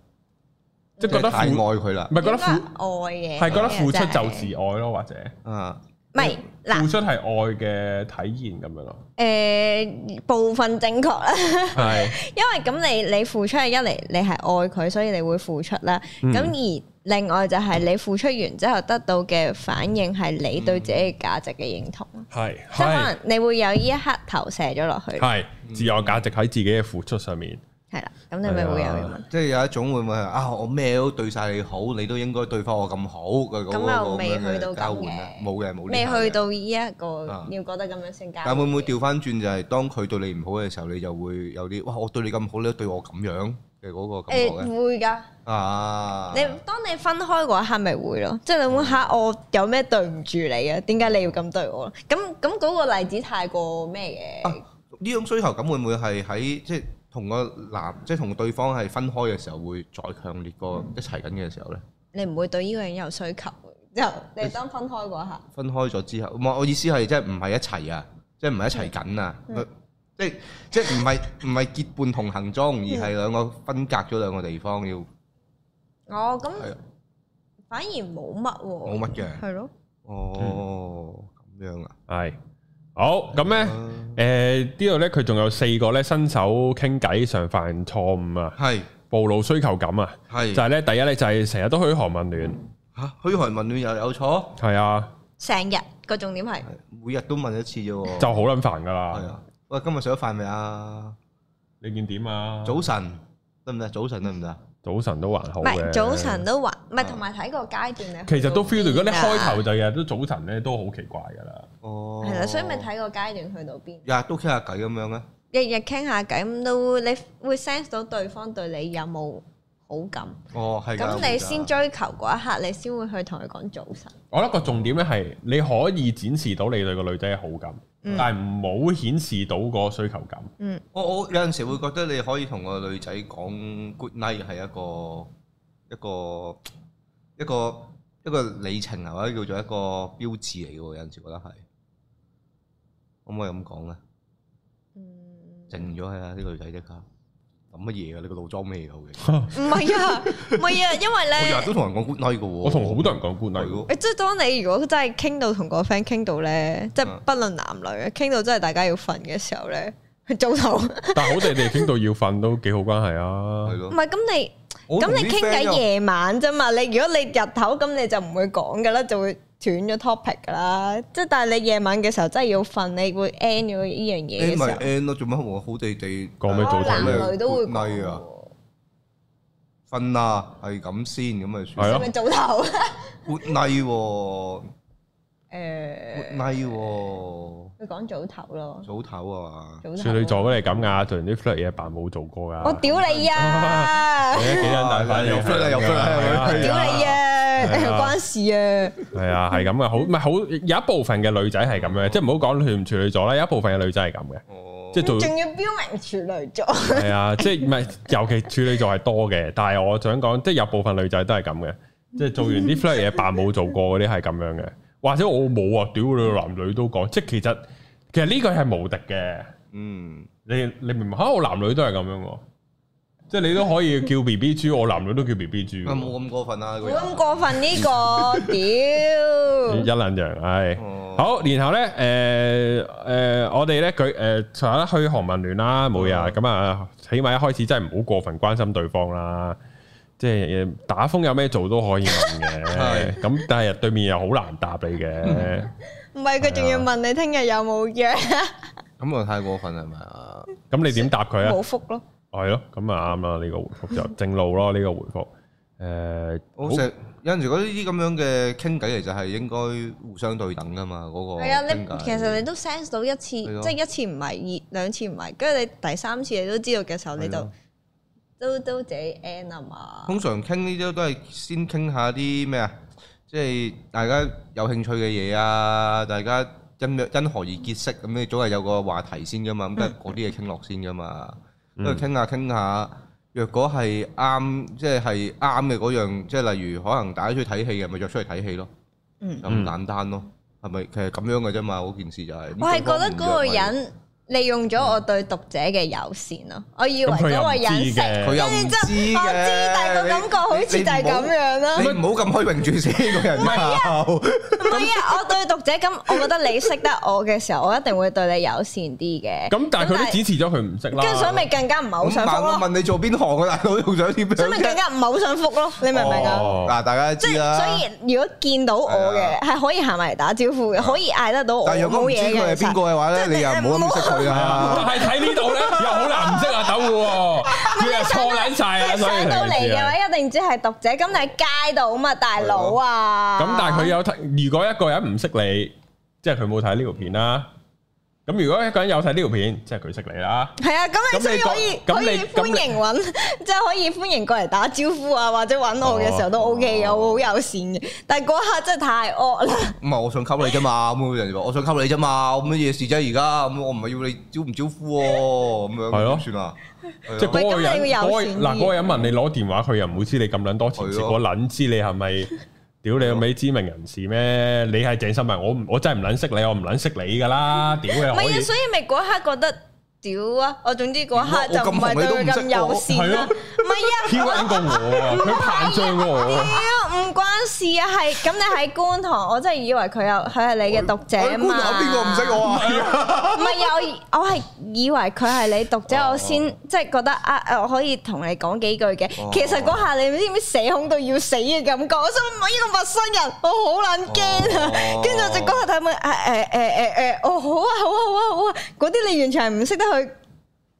S1: 即係覺得
S2: 太愛
S1: 付，
S2: 佢啦
S1: 唔。係覺得付，
S3: 應該係愛嘅，
S1: 係覺得付出就
S3: 真
S1: 是
S3: 係
S1: 愛咯，或者
S2: 啊，
S3: 唔係嗱
S1: 付出係愛嘅體現咁樣咯。
S3: 誒呃部分正確啦，
S1: 係
S3: 因為咁你你付出係一嚟你係愛佢，所以你會付出啦。
S1: 嗯
S3: 咁而另外就係你付出完之後得到嘅反應係
S2: 嗯
S3: 你對自己嘅價值嘅認同，
S1: 係
S3: 即係可能你會有呢一刻投射咗落去，
S1: 係自我價值喺自己嘅付出上面，
S3: 係啦，咁你啊咪會有呢個問題。
S2: 即係有一種會唔會係啊？我咩都對晒你好，你都應該對翻我咁好嘅嗰個
S3: 咁又未
S2: 咁樣嘅
S3: 去到
S2: 交
S3: 咁
S2: 換啊
S3: 嘅，
S2: 冇嘅冇呢
S3: 未
S2: 下嘅
S3: 去。到呢一個
S2: 啊
S3: 要覺得咁樣先交換嘅。
S2: 但會唔會調翻轉就係當佢對你唔好嘅時候，你就會有啲哇！我對你咁好，你都對我咁樣嘅嗰個感
S3: 誒
S2: 覺咧
S3: 會㗎，
S2: 啊！嗯
S3: 你當你分開嗰一刻咪會咯，即係你會嚇我有咩對唔住你啊？點解你要咁對我？咁咁嗰個例子太過咩
S2: 啊
S3: 嘅？
S2: 呢種需求感會唔會係喺即係同個男即係同對方係分開嘅時候會再強烈過一齊緊嘅時候咧？
S3: 你唔會對呢個人有需求，之後你當分開嗰一刻，
S2: 分開咗之後，唔係我意思係即係唔係一齊啊，即係唔係一齊緊啊，
S3: 嗯
S2: 即係即係唔係唔係結伴同行
S3: 嗯
S2: 中，而係兩個分隔咗兩個地方要
S3: 哦咁
S2: 係啊
S3: 反而冇乜喎。
S2: 冇乜嘅。
S3: 係咯，
S2: 哦，咁樣啊。
S1: 系好咁咧。诶，呢度咧佢仲有四個咧新手傾偈常犯錯誤啊，
S2: 係
S1: 暴露需求感啊，就
S2: 係
S1: 係咧第一咧就係成日都嘘寒問暖，
S2: 吓嘘寒問暖又有錯，
S1: 係啊，
S3: 成日個重點係
S2: 每日都問一次啫喎。
S1: 就好撚煩噶
S2: 係
S1: 啦。
S2: 啊。喂，今日食咗飯未啊？
S1: 你見點啊？
S2: 早晨得唔得？早晨得唔得？
S1: 早晨都還好
S3: 唔
S1: 嘅，
S3: 係早晨。都還唔係
S2: 啊
S3: 同埋睇個階段你
S1: 其實都 feel 到，如果你開頭
S3: 就
S1: 就日都早晨咧，都好奇怪噶啦。
S2: 哦。
S3: 係啦，所以咪睇個階段去到邊，
S2: 日日都傾下偈咁樣嘅。
S3: 日日傾下偈咁都會你會 sense 到對方對你有冇好感，
S2: 哦，係㗎。
S3: 咁你先
S2: 會㗎
S3: 追求嗰一刻，你先會去同佢講早晨。
S1: 我覺得個重點咧係你可以展示到你對個女仔嘅好感，
S3: 嗯
S1: 但係唔好顯示到個需求感。
S2: 我我有陣時會覺得你可以同個女仔講 good night 係一個一個一個一個里程係或者叫做一個標誌嚟嘅喎，有陣時覺得係可唔可以咁講咧？
S3: 嗯
S2: 靜咗係啊，呢個女仔即刻諗乜嘢啊？你個腦裝咩㗎？究竟
S3: 唔係啊，唔係啊，因 為
S2: 我
S3: 咧
S2: 日日。都同人講 good night 嘅喎，
S1: 我同好多人講觀
S2: 哦係
S1: 禮，
S2: 喎，
S3: 誒即係當你如果真係傾到同個 friend 傾到咧，即係
S2: 嗯
S3: 不論男女，傾到真係大家要瞓嘅時候咧，去早唞。
S1: 但係好地地傾到要瞓都幾好關係啊
S2: 係。
S3: 唔
S2: 咯。
S3: 係咁你
S2: 我同
S3: 咁
S2: 啲
S3: 你傾
S2: friend 又
S3: 偈夜晚啫嘛，你如果你日頭咁你就唔會講噶啦，就會斷咗 topic 噶啦。即係但係你夜晚嘅時候真係要瞓，你會 end 咗呢樣嘢嘅
S2: 誒咪
S3: 時候，
S2: end 咯，做乜我好地地
S1: 講咩早
S3: 多
S1: 唞啊
S3: 男女都會
S2: good night 啊
S3: 講，
S2: 瞓啦，係咁先咁咪
S1: 係
S2: 算
S1: 咯
S3: 係咪早唞啊？
S2: good night 喎，good night
S3: 誒，
S2: 喎，
S3: 佢講早唞咯，
S2: 早唞啊嘛。
S3: 早唞。
S1: 處女座嗰啲係咁噶，做完啲 flirt 嘢扮冇做過
S3: 我
S1: 噶。
S3: 屌你啊！
S1: 幾撚大反應
S2: 又 flirt 啦又 flirt 啦
S1: 係啊
S2: 又 flirt
S3: 屌你啊！
S1: 係啊
S3: 關事啊！
S1: 係啊，係咁嘅，好唔係好有一部分嘅女仔係咁嘅，即係唔好講佢唔處女座啦，有一部分嘅女仔係咁嘅，
S2: 哦
S1: 即係做
S3: 仲要標明處女座，
S1: 係啊，即係唔係尤其處女座係多嘅，但係我想講，即係有部分女仔都係咁嘅，即係做完啲 flirt 嘢扮冇做過嗰啲係咁樣嘅，或者我冇啊，屌你男女都講，即係其實其實呢個係無敵嘅，
S2: 嗯，
S1: 你你明唔明？嚇我男女都係咁樣喎，即係你都可以叫 B B 豬，我男女都叫 B B 豬
S2: 啊冇咁過分啊！
S3: 唔
S2: 冇
S3: 好咁過分呢個，屌！
S1: 一撚樣，唉。
S2: 哦，
S1: 好，然後咧，誒、誒、我哋咧佢誒，除咗噓寒問暖啦，每日
S2: 嗯
S1: 咁啊，起碼一開始真係唔好過分關心對方啦，即係誒打風有咩做都可以問嘅，
S2: 係
S1: 咁但係對面又好難答你嘅，
S3: 唔係佢仲要問你聽日有冇約，
S2: 咁啊太過分係咪啊？
S1: 咁你點答佢啊？
S3: 冇福咯。
S1: 係咯，咁啊啱啦，呢、個回覆就正路咯，呢、個回覆誒、
S2: 我
S1: 好
S2: 成有陣時覺得呢啲咁樣嘅傾偈，其實係應該互相對等噶嘛，嗰個
S3: 係啊，
S2: 傾
S3: 你
S2: 偈
S3: 其實你都 sense 到一次，即
S2: 哦係咯
S3: 係一次唔係二兩次唔係，跟住你第三次你都知道嘅時候，你
S2: 係
S3: 就
S2: 咯
S3: 都都自己 end 啊嘛。
S2: 通常傾呢啲都係先傾下啲咩啊，即係大家有興趣嘅嘢啊，大家因因何而結識咁，你總係有個話題先噶嘛，咁跟住嗰啲嘢傾落先噶嘛，跟
S1: 嗯
S2: 住傾下傾下。若果係啱，即係係啱嘅嗰樣，即係例如可能大家出去睇戲嘅，咪約出去睇戲咯，
S3: 嗯
S2: 咁簡單咯，係咪？其實咁樣嘅啫嘛，嗰件事就係、
S3: 我係覺得嗰個人利用咗我對讀者嘅友善咯，我以為
S1: 咁佢
S3: 嗰
S1: 又唔
S3: 個人
S1: 知
S3: 識。
S1: 嘅，
S2: 佢又唔知嘅，
S3: 我知，但係個感覺好似就係咁樣啦。
S2: 你唔好咁虛榮住先個人啊後，
S3: 唔係啊，我對讀者咁，我覺得你識得我嘅時候，我一定會對你友善啲嘅。
S1: 咁但係佢都指示咗佢唔識啦，
S3: 跟住所以咪更加唔係好
S2: 咁
S3: 想
S2: 問我
S3: 復
S2: 問
S3: 咯，
S2: 你做邊行嘅大佬，仲想點樣
S3: 所以咪
S2: 啫
S3: 更加唔係好想復咯，你明唔明啊？
S1: 哦
S2: 嗱，大家都
S3: 即
S2: 知
S3: 係所
S2: 啦。
S3: 以如果見到我嘅係可以行埋嚟打招呼嘅，可以嗌得到我
S2: 啊但係如果
S3: 冇
S2: 唔知
S3: 嘢
S2: 佢係
S3: 嘅。其
S2: 邊
S3: 實
S2: 個嘅話咧，你又唔好咁識佢啊！
S1: 但係睇呢 度咧又好難唔識阿豆嘅喎，佢又錯撚晒 啊，
S3: 即係
S1: 所以
S3: 上到嚟
S1: 成件事
S3: 嘅
S1: 係
S3: 話，一定知係讀者。咁你喺街度啊嘛，大佬啊！
S1: 咁但係佢有睇，如果一個人唔識你，即係佢冇睇呢條片啦。咁如果一個人有睇呢條片，即係佢識你啦。
S3: 係啊，咁你
S1: 咁
S3: 所以
S1: 你覺
S3: 可以
S1: 咁
S3: 可以
S1: 你
S3: 歡迎揾， 即係可以歡迎過嚟打招呼啊，或者揾我嘅時
S2: 哦
S3: 候都 OK 嘅，我好友善嘅。但係嗰一刻真係太惡啦，
S2: 唔係我想溝你啫嘛，咁人哋話我想溝你啫嘛，咁乜嘢事啫？而家咁我唔係要你招唔招呼喎，咁樣
S1: 係咯
S2: 點算啊？係
S1: 即係嗰個人，
S3: 喂咁你要
S1: 嗰
S3: 有
S1: 個
S3: 善意
S1: 嗱嗰個人問你攞電話，佢又唔會知你咁撚多錢，
S2: 係
S1: 結
S2: 咯
S1: 果撚知你係咪？屌你有尾知名人士咩？你係鄭秀文，我唔我真係唔撚識你，我唔撚識你㗎 啦！屌你
S3: 唔
S1: 可
S3: 係啊，
S1: 以
S3: 所以咪嗰一刻覺得屌啊！我總之嗰一刻
S2: 我
S3: 就
S2: 我咁
S3: 唔係對佢
S2: 紅
S3: 咁
S2: 你都
S3: 友
S2: 唔識
S1: 喎
S3: 善啦，唔係啊，
S1: 挑撚過我啊！佢膨脹過我啊，
S3: 屌唔唔關事啊，係咁你喺觀塘，我真係以為佢有佢係你嘅讀者
S2: 我
S3: 嘛。
S2: 觀塘哎邊個唔識我啊？
S3: 唔係有，我係以為佢係你讀者，
S2: 哦
S3: 我先即係覺得啊，啊我可以同你講幾句嘅。
S2: 哦
S3: 其實嗰下你知唔知社恐到要死嘅感覺？我想唔係呢個陌生人，我好撚 驚啊！
S2: 哦
S3: 跟住我就嗰下睇問誒誒誒誒誒，哦好啊好啊好啊好啊！嗰啲你完全係唔識得去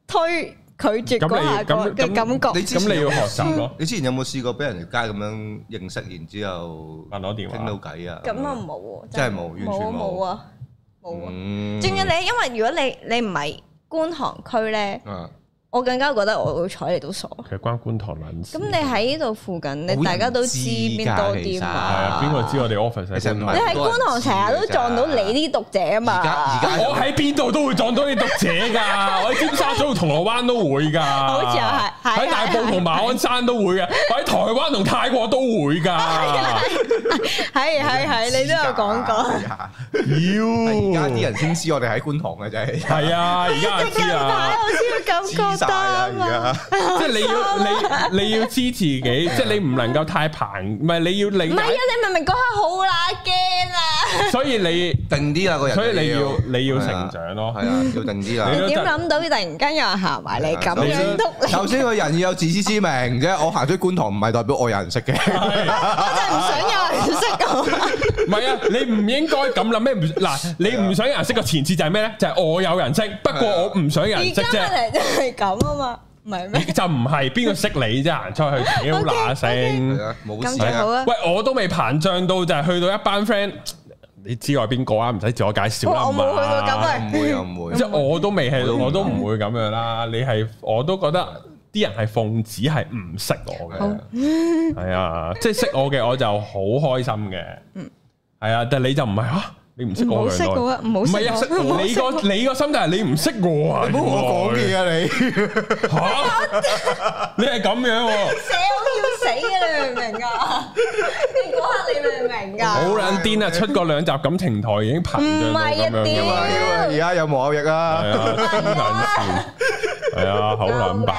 S3: 推拒絕嗰下個
S1: 咁你咁
S3: 嘅感覺。
S2: 你之前
S1: 咁你
S2: 有
S1: 要
S2: 冇
S1: 學習
S3: 嗯
S1: 咯，
S2: 你之前有冇試過俾人哋街咁樣認識，然之後
S1: 問我電話
S2: 傾到偈啊？
S3: 咁啊冇喎，
S2: 真係冇完全冇
S3: 啊冇啊冇啊！
S2: 嗯，
S3: 仲要你，因為如果你你唔係觀塘區咧，
S2: 啊，
S3: 我更加覺得我會睬你都傻。
S1: 其實關觀塘撚事。
S3: 咁你喺呢度附近，你
S2: 冇人
S3: 大家都知邊多啲
S2: 知㗎
S1: 係啊？
S3: 嘛？
S1: 邊個知我哋 office 喺
S2: 其實唔
S1: 觀
S2: 係
S1: 塘
S3: 你？喺觀塘成日都撞到你啲讀者啊嘛？
S2: 而家而家
S1: 我喺邊度都會撞到啲讀者 㗎，我喺尖沙咀同銅鑼灣都會㗎，好
S3: 似又係係
S1: 喺大埔同馬鞍山都會嘅，我喺台灣同泰國都會㗎。
S3: 係係係，你都有講過。
S2: 係啊而
S1: 妖
S2: 家啲人先知我哋喺觀塘嘅真係。
S1: 係 啊，而家就
S3: 即係
S1: 知啊，
S3: 近排我先感
S2: 知
S3: 覺
S2: 晒
S3: 得
S2: 啦，
S3: 啊嘛
S2: 而。家
S1: 即係你
S3: 啊
S1: 要你你要知自己，即係你唔能夠太棚，唔係你要理
S3: 唔係啊！
S1: 解，
S3: 你明明嗰刻好乸驚啊！
S1: 所以你
S2: 定啲啦啊個人，
S1: 所以你要你要成長咯
S2: 係啊，要定啲啦
S1: 你。
S3: 你
S1: 都
S3: 點
S1: 真
S3: 諗到突然間有人行
S2: 啊
S3: 埋嚟咁樣督你？
S2: 首先個人要有自知之明啫，我行出觀塘唔係代表我有人識嘅，
S3: 我真係唔想有人識我。
S1: 唔係啊，你唔應該咁諗咩？唔嗱，你唔想有人識嘅前設就係咩咧？就係我有人識，不過我唔想有人
S3: 而
S1: 識
S3: 家
S1: 啫。
S3: 問題就係咁啊嘛，唔係咩？
S1: 就唔係邊個識你啫，行出 去屌乸聲
S2: 係。啊，冇
S3: 咁
S2: 事
S3: 最好
S2: 啊。
S3: 啊！
S1: 喂，我都未膨脹到就係去到一班 friend，你知我係邊個啊？唔使自我介紹啦，
S3: 我我冇去到咁
S1: 係嘛
S3: 啊
S2: 唔會啊，唔會。
S1: 即係我都未係，
S2: 我
S1: 我
S2: 都
S1: 都
S2: 唔
S1: 唔會咁樣啦。你係我都覺得啲人係奉旨係唔識我
S2: 好
S1: 嘅，係啊，即係識我嘅我就好開心嘅，係啊，但係你就唔係啊，你唔識
S3: 嗯唔
S1: 我
S3: 好
S1: 嘅
S3: 識
S1: 原來
S3: 我啊！唔好
S1: 唔
S3: 識
S1: 係
S3: 我，唔
S1: 啊，
S3: 好
S1: 你
S3: 識我
S1: 個你個心態係你唔識我啊，
S2: 你唔好同我講嘢啊 你。
S1: 吓，你係咁樣喎。
S3: 社恐要死嘅，你明唔明啊？你嗰刻你明唔明 啊？
S1: 好撚癲啊！出過兩集感情台已經膨脹到咁樣
S3: 唔係
S1: 嘅
S3: 啊
S1: 嘛，
S2: 而家有冇效益啊？
S1: 係啊，黐撚線，係啊，好撚爆，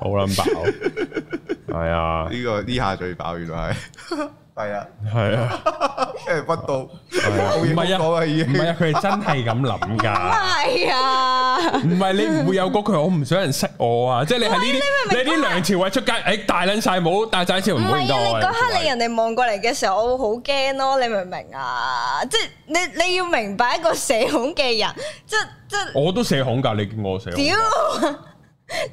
S1: 好撚爆，係啊，
S2: 呢個呢下最爆，原來係 係啊，
S1: 係啊，
S2: 因為不到
S1: 係啊
S2: 冇
S1: 唔
S2: 嘢
S1: 係
S2: 好講
S1: 啊，
S2: 啊，已
S1: 唔
S2: 經
S1: 係啊，佢係真係咁諗㗎。
S3: 係啊，
S1: 唔係你唔會有嗰句我唔想人識我啊，即係你係呢啲你啲梁朝偉出街，誒大撚晒帽，大晒條
S3: 唔
S1: 唔好
S3: 係啊！
S1: 認
S3: 你
S1: 得我啊。
S3: 嗰刻你
S1: 梁
S3: 人哋望過嚟嘅時候，我會好驚咯，你明唔明啊？即係你你要明白一個社恐嘅人，即即
S1: 朝偉我都社恐㗎，你見過我社恐㗎？
S3: 屌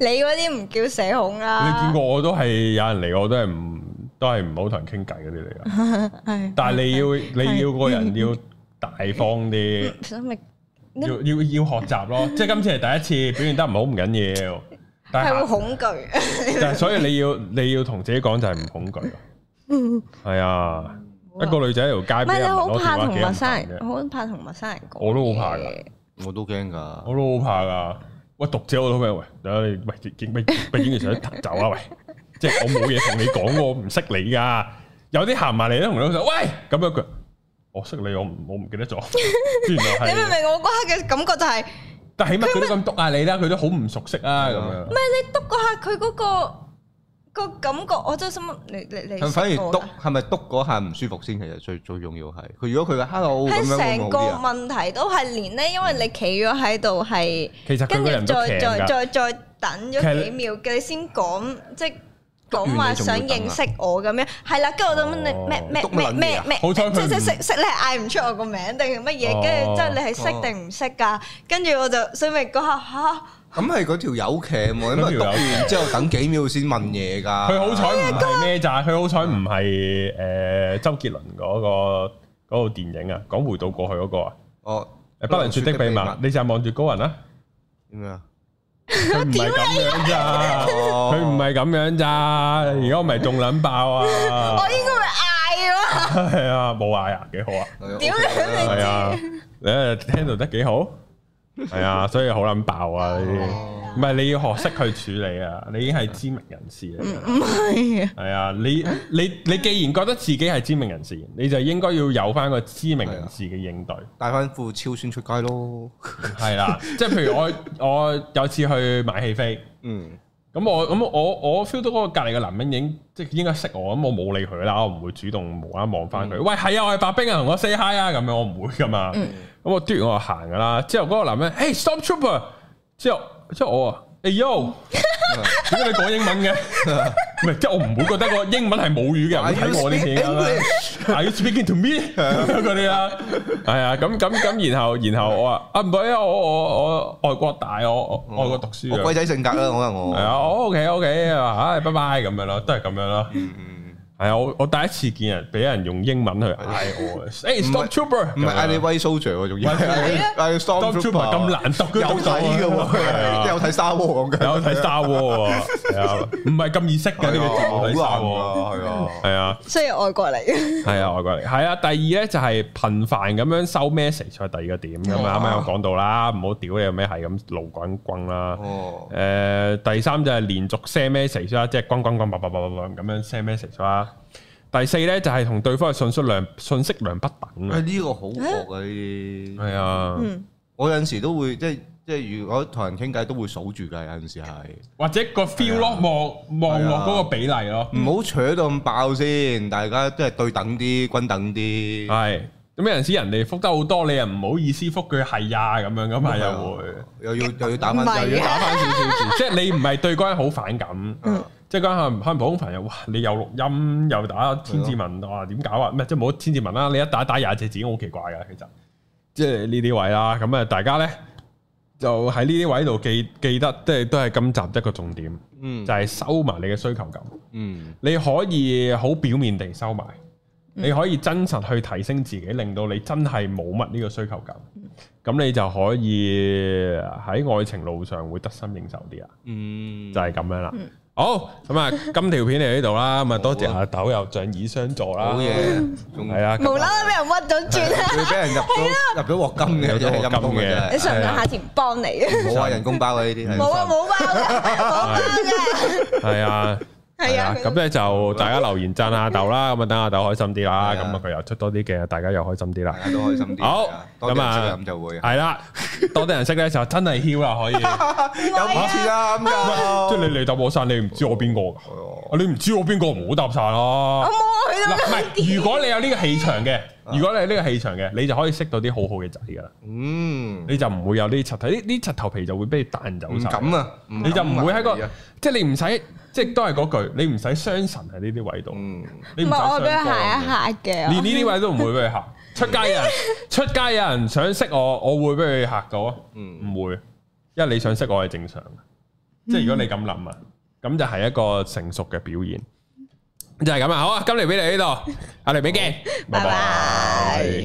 S3: 你嗰啲唔叫社恐
S1: 你
S3: 啦。
S1: 見過我都係有人嚟，我都係唔都係唔好同人傾偈嗰啲嚟㗎。
S3: 係
S1: 但係你要你要個人要大方啲，
S3: 想咪
S1: 要要要學習 咯。即係今次係第一次表現得唔好唔緊要，但
S3: 係會
S1: 係
S3: 恐懼。
S1: 但係所以你要你要同自己講就係唔恐懼咯。係啊，一個女仔喺條
S3: 唔
S1: 街俾
S3: 係你
S1: 人
S3: 好
S1: 問攞電
S3: 怕
S1: 話幾
S3: 同陌
S1: 人
S3: 生
S1: 煩
S3: 人，
S1: 啫，
S3: 好怕同陌生人講嘢。
S1: 我都好怕㗎
S2: 我都驚㗎，
S1: 我都好怕㗎。喂，讀者我都咩喂，唉喂影喂喂影完相突走啊喂， 即係我冇嘢同你講，我唔識你㗎。有啲行埋嚟咧，同你講喂咁樣佢，我識你，我唔我唔記得 咗，原來係
S3: 你明唔明我嗰刻嘅感覺就係、
S1: 但起碼佢都咁督下你啦，佢都好唔熟悉啊咁樣。
S3: 你篤嗰下佢嗰個個感覺，我真係心諗你你你啊
S2: 係反而
S3: 識我
S2: 篤
S3: 啦
S2: 係咪篤嗰下唔舒服先？其實最最重要係佢如果佢嘅 hello 咁樣
S3: 係
S2: 會唔
S3: 成
S2: 會
S3: 個
S2: 好啲啊？
S3: 問題都係連咧，因為你企咗喺度係，
S1: 其實佢
S3: 跟
S1: 個
S3: 住
S1: 人都
S3: 再
S1: 強
S3: 再
S1: 㗎，
S3: 再再等
S1: 其實
S3: 咗幾秒，你先講即係
S2: 篤完
S3: 講話
S2: 你仲要
S3: 想
S2: 等啊
S3: 認識我咁樣，係啦，跟住我就問你
S1: 哦
S3: 咩咩
S2: 篤
S3: 咩
S2: 撚你
S3: 咩
S2: 啊
S3: 咩，
S1: 好彩佢
S3: 即即
S1: 唔
S3: 識識你係嗌唔出我個名定係乜
S1: 哦
S3: 嘢，跟住之後你係識定唔識㗎，跟住我就所以咪嗰下嚇。
S2: 咁係嗰條友騎喎，因
S1: 嗰條
S2: 為
S1: 友
S2: 篤完之後等幾秒先問嘢㗎。
S1: 佢好彩唔係咩咋，佢好彩唔係誒周杰倫嗰個嗰部電影啊，講回到過去嗰個啊，
S2: 哦，
S1: 誒不能説的秘密，你就係望住高人啦，
S2: 點樣啊？
S1: 佢唔係咁樣 咋，
S2: 哦
S1: 佢唔係咁樣咋，如果唔係仲撚爆啊，
S3: 我應該會嗌咯，
S1: 係啊，冇嗌啊，幾好啊！
S2: 係
S3: 屌
S2: ，OK
S3: 你
S2: 啦
S1: 系啊，诶，聽到得幾好，係啊，所以好撚爆啊！呢啲唔係你要學識去處理啊，你已經係知名人士嚟㗎，
S3: 唔係啊，
S1: 係啊，你你你既然覺得自己係知名人士，你就應該要有翻個知名人士嘅應對，
S2: 戴翻副超酸出街咯。
S1: 係啦，即係譬如我我有次去買戲飛，
S2: 嗯，
S1: 咁我咁我我 feel 到嗰個隔離嘅男人已經即係應該識我，咁我冇理佢啦，我唔會主動無啦啦望翻
S2: 嗯
S1: 佢。喂，係啊，我係白冰啊，同我 say hi 啊，咁樣我唔會噶嘛。咁、我嘟完我就行噶啦。之後嗰個男人，誒 stop trooper，之後之後我啊，誒 yo，點解你講英 文嘅？唔係，即係我唔會覺得個英文係母語嘅人會
S2: Are you
S1: 睇我啲
S2: speak
S1: 片㗎啦
S2: English？
S1: Are you speaking to me？嗰 啲啦，係啊，咁咁咁，然後然後我話啊唔對啊，我我我外國大，我我外國讀書啊
S2: 我
S1: 嘅
S2: 鬼，仔性格啦，可能我
S1: 係啊，我 OK OK 啊，唉，拜拜咁樣咯，都係咁樣咯。
S2: 嗯嗯
S1: 係啊，我我第一次見人俾人用英文去嗌我嘅，誒 stop trooper，
S2: 唔係嗌你威 soldier 喎，仲要啊
S1: 喂
S2: 嗌你
S1: stop
S2: storm
S1: trooper 咁難讀嘅，
S2: 有睇嘅
S1: 係
S2: 喎，
S1: 啊
S2: 有睇哦沙皇嘅，
S1: 有睇沙窩啊，係啊，唔係啊咁易識嘅呢個節
S2: 啊
S1: 目睇沙窩，
S2: 好難啊，係啊。
S1: 係啊。
S3: 雖然外國嚟嘅，
S1: 系啊，外國嚟。係啊，第二咧就係頻繁咁樣收 message，係第二個點咁
S2: 哦
S1: 啊。啱啱有講到啦，唔好屌你有咩係咁路滾滾啦。
S2: 哦，
S1: 誒，第三就係連續 send message 啦，即係滾滾滾、叭叭叭叭叭咁樣 send message 啦。第四咧就係同對方嘅信息量信息量不等
S2: 誒
S1: 啊。
S2: 哎呢個好惡啊！呢啲
S1: 係啊，
S3: 嗯，
S2: 我有陣時都會即係即係，如果同人傾偈都會數住㗎，有陣時係
S1: 或者個 feel 咯，望望落嗰個比例咯，
S2: 唔好扯到咁爆先，大家都係對等啲、均等啲。
S1: 係。啊咁有陣時人哋覆得好多，你又唔好意思覆佢係呀咁樣噶嘛，又會。
S2: 又要又要打
S3: 唔係啊
S2: 翻，又要打翻少少字。
S1: 即係你唔係對嗰人好反感，
S2: 嗯
S1: 即係嗰人可能普通朋友，哇！你又錄音又打千字文，哇！點搞啊？唔係即係冇千字文啦，你一打打廿隻字已經好奇怪噶，其實即係呢啲位啦。咁啊，大家咧就喺呢啲位度記記得，即係都係今集一個重點，
S2: 嗯
S1: 就係收埋你嘅需求感。
S2: 嗯
S1: 你可以好表面地收埋，你可以真實去提升自己，令到你真係冇乜呢個需求感。咁你就可以喺愛情路上會得心應手啲啦。啊
S2: 嗯，
S1: 就係咁樣啦。好，咁啊，今條片嚟呢度啦，咁啊，多謝
S2: 好啊
S1: 阿豆又仗義相助啦
S2: 好，嘢，仲
S1: 係啊，
S3: 無啦啦俾人屈咗轉啊！
S2: 會俾人入到入咗鑊金嘅，真係陰公嘅
S1: 入咗鑊金嘅
S3: 你
S2: 啫。
S3: 想唔想下次幫你嘅？
S2: 冇啊，人工包啊呢啲係。
S3: 冇啊，冇包嘅，冇包嘅，
S1: 係啊，
S3: 係
S1: 係
S3: 啊
S1: 啊，，咁咧就大家留言讚阿豆啦，咁啊，等阿豆開心啲啦，
S2: 係
S1: 咁
S2: 啊
S1: 啊，佢又出多啲嘅，大家又開心啲啦
S2: 大。家都開心啲。
S1: 好
S2: 係啊多啲
S1: 咁啊
S2: 人識咁就會啊。
S1: 係啦，多啲人識咧就真係囂啦， 可以。
S2: 有冇次 啊咁
S1: 即
S2: 就
S1: 係你嚟答我晒，你唔知我邊個㗎，
S2: 哦
S1: 啊你唔知我邊個唔好答晒
S3: 哦我
S1: 啦。
S3: 摸佢
S1: 嗱，
S3: 都
S1: 唔係，如果你有呢個氣場嘅，如果你有呢個氣場嘅，你就可以識到啲好好嘅仔噶啦，
S2: 啊嗯，
S1: 你就唔會有呢啲柒頭，呢呢柒頭皮就會俾你彈走
S2: 唔
S1: 晒。
S2: 敢啊，敢啊
S1: 你就唔會喺個
S2: 係啊
S1: 即係你唔使，即係都係嗰句，你唔使傷神喺呢啲位度，
S2: 嗯，
S1: 你
S3: 唔
S1: 使
S3: 係我俾佢
S1: 傷光
S3: 嚇一嚇嘅，
S1: 連呢啲位都唔會俾佢嚇。出街 有人，出街有人想識我，我會俾佢嚇到啊？
S2: 嗯
S1: 唔會，因為你想識我係正常嘅。即係如果你咁諗啊，咁就係一個成熟嘅表現，就係咁啊！好啊，今嚟俾你呢度，我哋俾見，
S3: 拜拜。